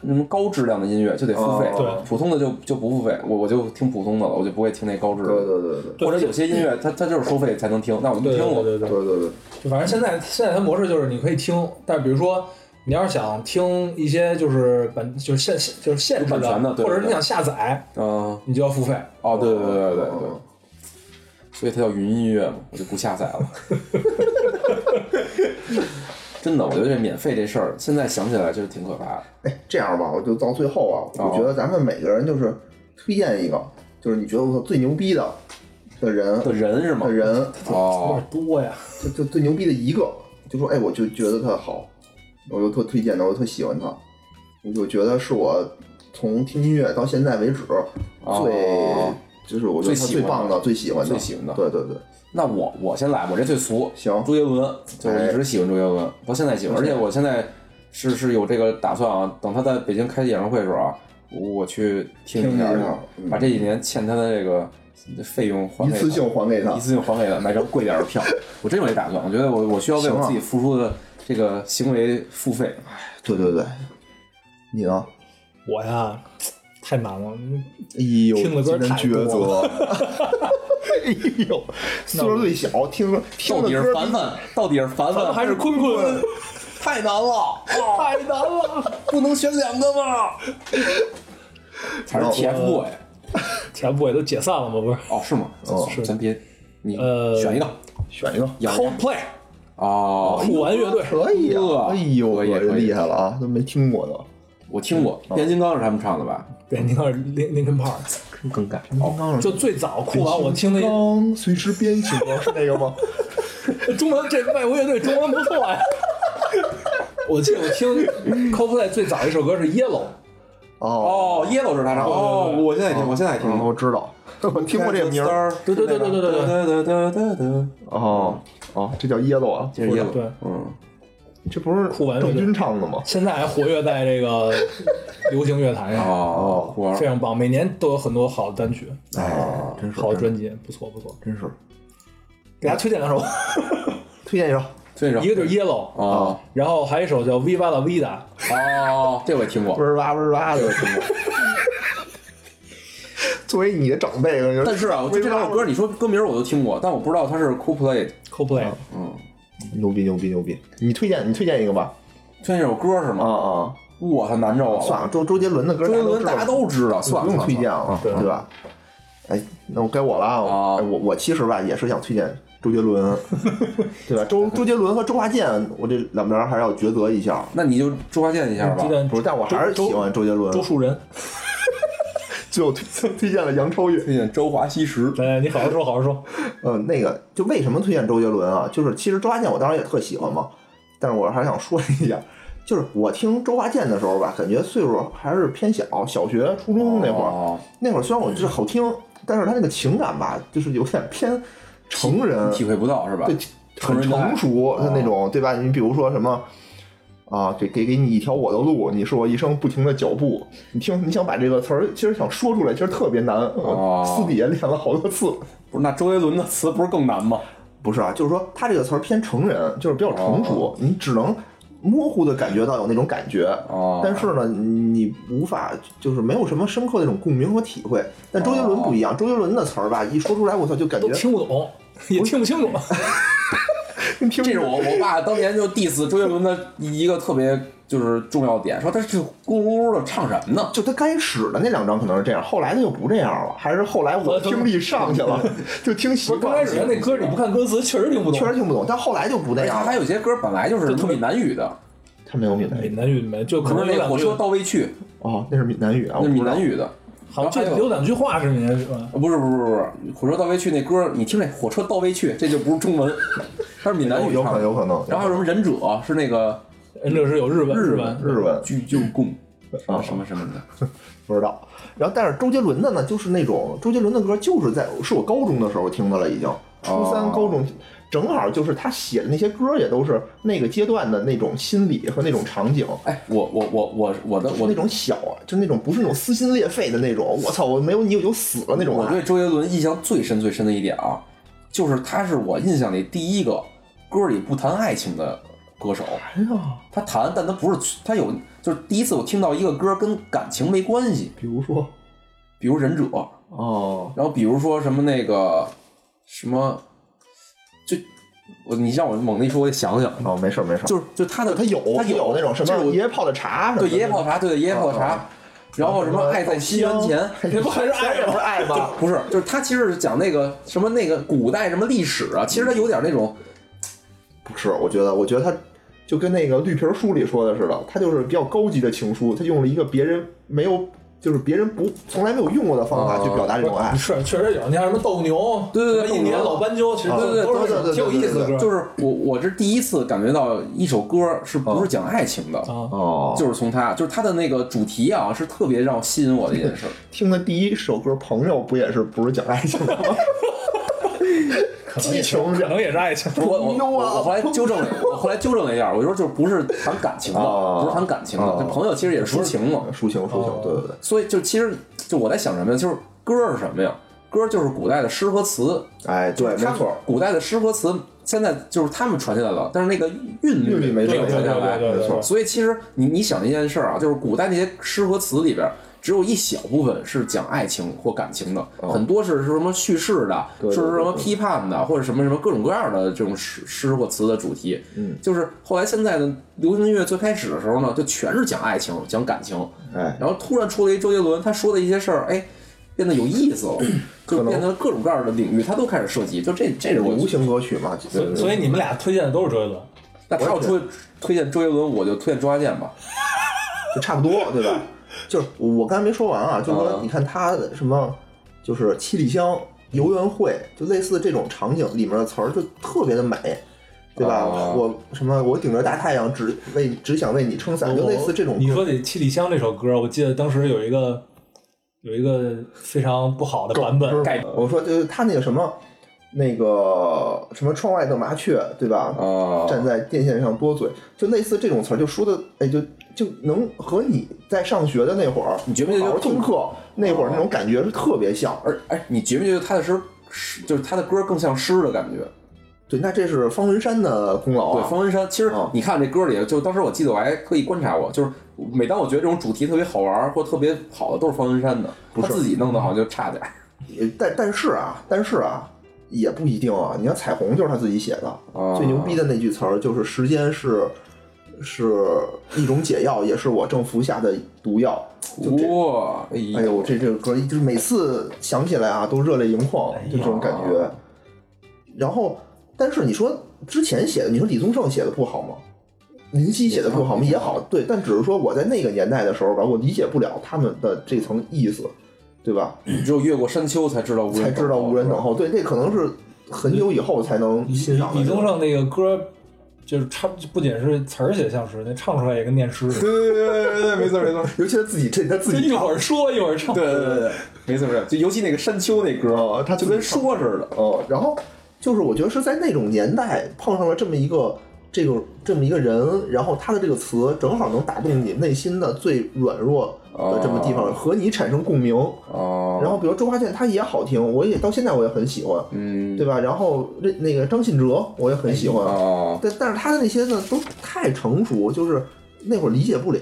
什么高质量的音乐就得付费，哦普通的就就不付费，我我就听普通的了，我就不会听那高质对量对的。对对或者有些音乐它它就是收费才能听，那我就不对听对了。对对对对对就反正现在现在它模式就是你可以听，但比如说你要是想听一些就是本就是现就是限制有版权的对或者对是你想下载，嗯，你就要付费。哦，对对对对对嗯对，所以它叫云音乐嘛，我就不下载了。 [LAUGHS] 真的，我觉得这免费这事儿，现在想起来就是挺可怕的。哎，这样吧，我就到最后啊，哦我觉得咱们每个人就是推荐一个，就是你觉得我最牛逼的的人的人是吗的？人，哦有，点多呀，就就最牛逼的一个，就说哎，我就觉得他好，我就特推荐他，我特喜欢他，我就觉得是我从听音乐到现在为止最、哦就是我觉得他最喜欢最的棒的、最喜欢的、最喜欢的对对对，那我我先来，我这最俗。行周杰伦，就哎我一直喜欢周杰伦，到现在喜欢，而且我现在是是有这个打算啊。等他在北京开演唱会的时候啊，我去听一听一下下儿嗯把这几年欠他的这个费用还一给次他性还给他一。次性还给他，买张贵点儿的 [LAUGHS] 票。我真有这打算，我觉得我我需要为行我啊自己付出的这个行为付费。对对对，你呢？我呀，太难了。哎呦，听了歌今天太多抉择。 [LAUGHS] 哎呦，岁数最小，听歌听到的底是歌凡凡，到底是凡咱凡们还呃是坤坤，太难啊了，太难了。不能选两个 [LAUGHS] 吗？还是 TFBOY 前部也都解散了吗？不是哦，是吗？哦咱咱别，你呃选一个选一个，养一个，Coldplay，哦。酷玩乐队。可以啊！呵哎呦，可以可以厉害了啊，都没听过都。我听过，哦变形金刚是他们唱的吧？对，你看林林肯帕克，更改刚刚就最早酷玩我听的一，刚随之变形了，是那个吗？中文这外国乐队中文不错呀。 [LAUGHS] 我记得我听 Coldplay 最早一首歌是 Yellow，哦，哦，Yellow 是他唱的。哦，我现在听，我现在听嗯，，我知道，我听过这个名儿。儿。对对对对对对对对对对对，哦哦，这叫椰子啊，这是 Yellow。对嗯，这不是酷玩乐队郑钧唱的吗？现在还活跃在这个流行乐坛上，哦，酷玩非常棒，每年都有很多好的单曲、哎，真是好的专辑，不错不错。真是给大家推荐两首，推荐一首。这是一个就是 Yellow，哦然后还有一首叫 Viva la Vida，哦，这我也听过嗡。儿哇嗡儿哇的，我听过。作为你的长辈，我觉得但是啊，我就这两首歌，你说歌名我都听过，但我不知道它是 Coldplay。 Coldplay，嗯，牛逼牛逼牛逼！你推荐你推荐一个吧？推荐这首歌是啊吗？啊，我操，难着我算了，周周杰伦的歌，周杰伦大家都知道，算不了，用算了推荐。了，对对吧？哎，那我该我了啊！啊我哎我我其实吧也是想推荐周杰伦，对吧？周周杰伦和周华健，我这两边还是要抉择一下。那你就周华健一下吧嗯推。荐不是，但我还是喜欢周杰伦啊周。树人。最后推推荐了杨超越。推荐周华西石。来，哎你好好说，好好说。嗯，那个就为什么推荐周杰伦啊？就是其实周华健我当时也特喜欢嘛，但是我还想说一下，就是我听周华健的时候吧，感觉岁数还是偏小，小学、初中那会儿，哦那会儿虽然我就是好听，但是他那个情感吧，就是有点偏成人，体会不到是吧？对，成很人态成熟哦的那种，对吧？你比如说什么。啊，给给给你一条我的路，你是我一生不停的脚步。你听，你想把这个词儿，其实想说出来，其实特别难。哦我私底下练了好多次。不是，那周杰伦的词不是更难吗？不是啊，就是说他这个词儿偏成人，就是比较成熟，你只能模糊的感觉到有那种感觉，哦但是呢，你无法就是没有什么深刻的那种共鸣和体会。但周杰伦不一样，周杰伦的词儿吧，一说出来，我操，就感都觉听不懂，也听不清楚。跟听这是我我爸当年就 diss 周杰伦的一个特别就是重要的点，说他是咕噜咕噜的唱什么呢？就他刚开始的那两张可能是这样，后来他就不这样了，还是后来我听力上去 [LAUGHS] 了，就听习不是刚惯开了，始那歌你不看歌词，确实听不懂。确实听不懂，但后来就不那而且样他了。还有些歌本来就是闽南语的，他没有闽南哎闽语南语没，就可可能能有那两火句，车到未去，哦，那是闽南语啊，那是闽南语。语的。好像然后还就有有两句话是闽南语吧？啊不是不是不是不是，火车到未去那歌，你听这火车到未去，这就不是中文，它是闽南语哦有唱可能，的。有可能。然后还有什么忍者是那个嗯，这是有日文，日文日文，聚就共啊什么什么的，不知道。然后，但是周杰伦的呢，就是那种周杰伦的歌，就是在是我高中的时候听的了，已经初三、哦高中，正好就是他写的那些歌，也都是那个阶段的那种心理和那种场景。哎，我我我我我的我我那种小，啊就那种不是那种撕心裂肺的那种，我操，我没有你我就死了那种我啊爱。对周杰伦印象最深最深的一点啊，就是他是我印象里第一个歌里不谈爱情的歌手。哎呀，他谈，但他不是他有，就是第一次我听到一个歌跟感情没关系，比如说，比如忍者，哦，然后比如说什么那个什么，就我你让我猛地一说，我得想想，哦，没事儿没事儿，就是就他的他有他有那种什这么种爷爷泡的茶什么的，对爷爷泡茶，对对爷爷泡茶啊，然后什么爱在西元前，哎 [LAUGHS] 那不还是爱什么吗？爱吗？ [LAUGHS] 不是，就是他其实是讲那个什么那个古代什么历史啊，其实他有点那种不是，我觉得，我觉得他就跟那个绿皮书里说的似的，他就是比较高级的情书，他用了一个别人没有，就是别人不从来没有用过的方法去表达这种爱。是，确实有。你像什么斗牛，对对对什么印年老斑鸠，其实啊都对对都对是对对挺有意思的歌。就是我我这第一次感觉到一首歌是不是讲爱情的，啊，哦就就是从他，就是他的那个主题啊，是特别让我吸引我的一件 [LAUGHS] 事儿。听的第一首歌《朋友》不也是不是讲爱情的吗？可能也激是情可能也是爱 [LAUGHS] 情。我我我呦啊我后来纠 [LAUGHS] 正了，我后来纠正了一下，我就说就不是谈感情的，哦不是谈感情的，哦这朋友其实也是抒情嘛。抒情抒情，对对对，所以就其实就我在想什么呀？就是歌是什么呀？歌就是古代的诗和词，哎，对，没它错，古代的诗和词现在就是他们传下来了，但是那个韵韵律律没没对有对传下对来。对没错所以其实你你想一件事儿啊，就是古代那些诗和词里边，只有一小部分是讲爱情或感情的，很多是是什么叙事的，哦对对是什么对批判的，或者什么什么各种各样的这种诗诗或词的主题。嗯，就是后来现在的流行音乐最开始的时候呢，就全是讲爱情、讲感情，哎，然后突然出了一周杰伦，他说的一些事儿，哎。变得有意 [CLEARS THROAT] 思了，就能变得各种各样的领域，他都开始涉及。就这，这是我流行歌曲嘛，对对对所以你们俩推荐的都是周杰伦，那他要推推荐周杰伦，我就推荐周华健吧。就差不 [LAUGHS] 多，对吧？就是我刚才没说完啊，就是说嗯你看他什么，就是七里香、游园会，就类似这种场景里面的词儿就特别的美，对吧？哦我什么我顶着大太阳只为只想为你撑伞，就类似哦这种歌。你说起《七里香》这首歌，我记得当时有一个有一个非常不好的版本，盖我说就是他那个什么，那个什么窗外的麻雀，对吧？啊，站在电线上多嘴，就类似这种词儿，就说的，哎，就就能和你在上学的那会儿，你觉不觉得好好听课那会儿啊那种感觉是特别像。而哎，你觉不觉得他的诗诗就是他的歌更像诗的感觉？对，那这是方文山的功劳对，啊。方文山，其实啊你看这歌里，就当时我记得我还特意观察过，就是每当我觉得这种主题特别好玩或特别好的，都是方文山的，他自己弄的好像就差点儿也但但是啊，但是啊，也不一定啊。你看彩虹就是他自己写的，啊最牛逼的那句词儿就是“时间是是一种解药，也是我正服下的毒药”。就这，哇，哎哎呦，这这个歌就是每次想起来啊，都热泪盈哎眶，就这种感觉。然后，但是你说之前写的，你说李宗盛写的不好吗？林夕写的不好吗？也好，对，但只是说我在那个年代的时候吧，我理解不了他们的这层意思，对吧？只有越过山丘才知道无人才等候知道无人等。候。对，这可能是很久以后才能李欣赏的。李宗，盛那个歌，就是唱不仅是词儿写像诗，那唱出来也跟念诗似对对对对对，没错没错，尤其他自己这他自的，就一己会儿说一会儿唱。对对对对，没错没错，就尤其那个山丘那歌，哦他就自己跟说似的。哦，然后就是我觉得是在那种年代碰上了这么一个这个这么一个人，然后他的这个词正好能打动你内心的最软弱的这么地方，哦和你产生共鸣。哦，然后比如周华健他也好听，我也到现在我也很喜欢，嗯，对吧？然后那那个张信哲我也很喜欢，哦，但但是他的那些呢都太成熟，就是那会儿理解不了。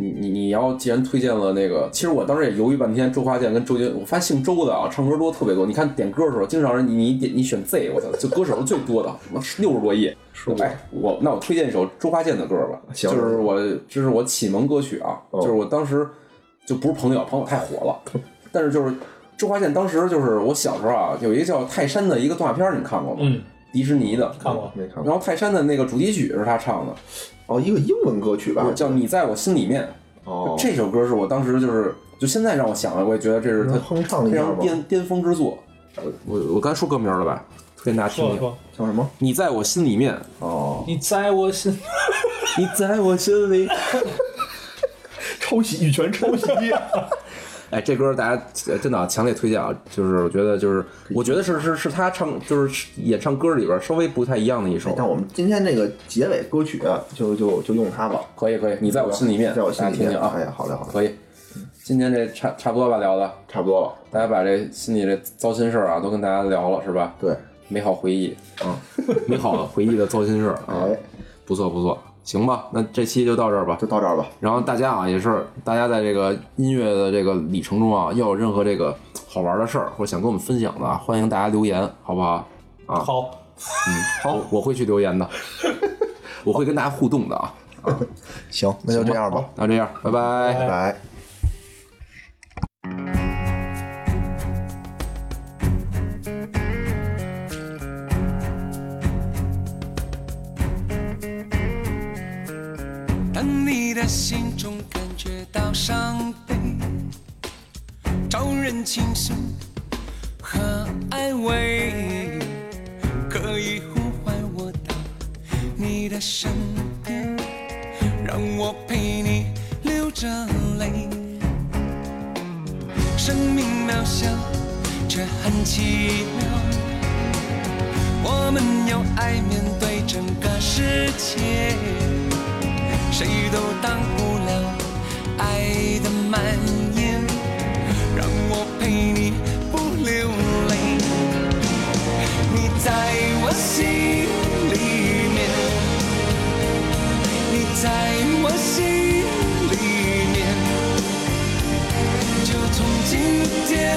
你你你要既然推荐了那个，其实我当时也犹豫半天，周华健跟周杰，我发现姓周的啊，唱歌多特别多。你看点歌的时候，经常是你你点你选 Z，我操，就歌手是最多的，什么六十多页。 [LAUGHS] 是吗哎，我那我推荐一首周华健的歌吧， [LAUGHS] 行就是我这是我启蒙歌曲啊，哦就是我当时就不是朋友，朋友太火了， [LAUGHS] 但是就是周华健当时就是我小时候啊，有一个叫泰山的一个动画片儿，你看过吗？嗯，迪士尼的。看过。没看过然后泰山的那个主题曲是他唱的，哦，一个英文歌曲吧？叫《你在我心里面》。哦，这首歌是我当时就是，就现在让我想来，我也觉得这是能他哼唱一非下常吗？巅巅峰之作。嗯我我我刚才说歌名了吧？推荐大家听说听。说，叫什么？你在我心里面，哦，你在我心， [LAUGHS] 你在我心 [LAUGHS] 里。抄袭，羽泉抄袭。哎，这歌大家呃真的啊强烈推荐啊！就是我觉得就是，我觉得是是是他唱就是演唱歌里边稍微不太一样的一首。但我们今天这个结尾歌曲啊就就就用它吧。可以可以，你在我心里面，在我心大里家听面。听哎啊，呀，好嘞好嘞，可以。今天这差差不多吧，聊的，差不多了。大家把这心里这糟心事儿啊都跟大家聊了是吧？对，美好回忆啊，美好的回忆的糟 [LAUGHS] 心事儿啊哎，，不错不错，行吧，那这期就到这儿吧就。到这儿吧。然后大家啊，也是大家在这个音乐的这个里程中啊，要有任何这个好玩的事儿或者想跟我们分享的啊，欢迎大家留言，好不好？啊，好，好，我会去留言的，我会跟大家互动的啊。行，那就这样吧，那这样，拜拜。拜拜。当你的心中感觉到伤悲，找人倾诉和安慰，可以呼唤我到你的身边，让我陪你流着泪。生命渺小，却很奇妙，都爱面对整个世界，谁都挡不了爱的蔓延。让我陪你不流泪，你在我心里面，你在我心里面。就从今天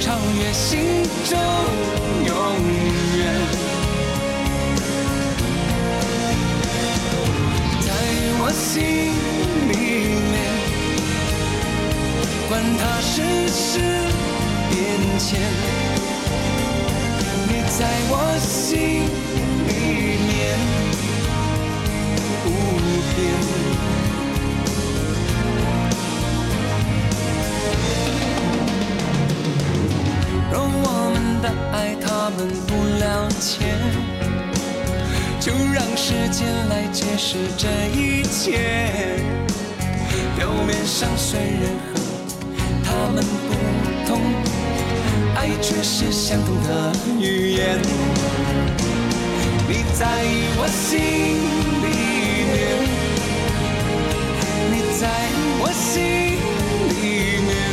超越心中永远。在我心里面，管它世事变迁，你在我心里面无边。若我们的爱他们不了解，就让时间来解释这一切。表面上虽然和他们不同，爱却是相同的语言。你在我心里面，你在我心里面。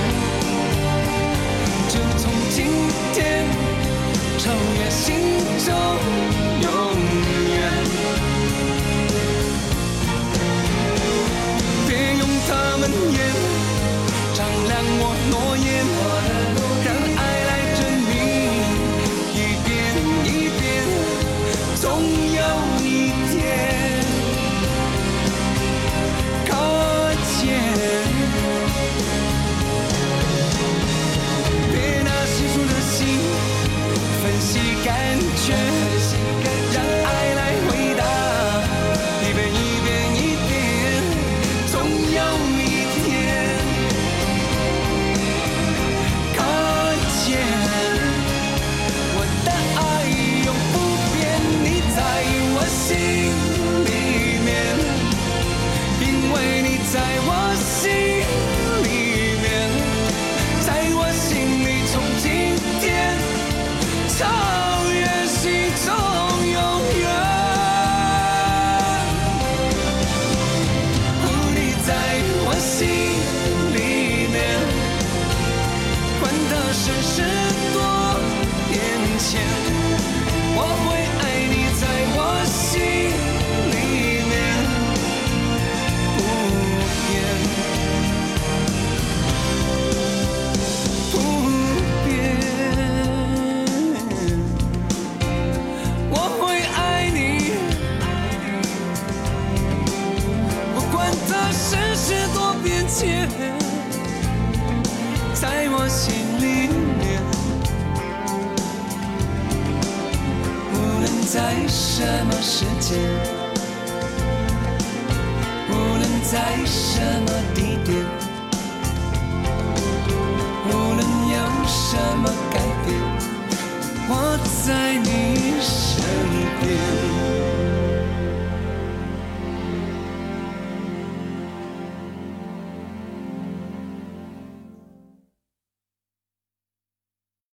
就从今天超越心中永远。别用他们言丈量我诺言，让爱来证明，一遍一遍，总有一天靠近。别拿世俗的心分析感觉，让爱来回答，一遍一遍一遍，总有一天靠近。我的爱永不变，你在我心里面，因为你在我心里面。在我心里，从今天超越心中永远。哦你在我心里面，管它世事多变迁，我会爱你，在我心里面不变。不变，我会爱你，不管它世事多变迁，在我心里面，无论在什么时间，无论在什么地点。无论有什么改变，我在你身。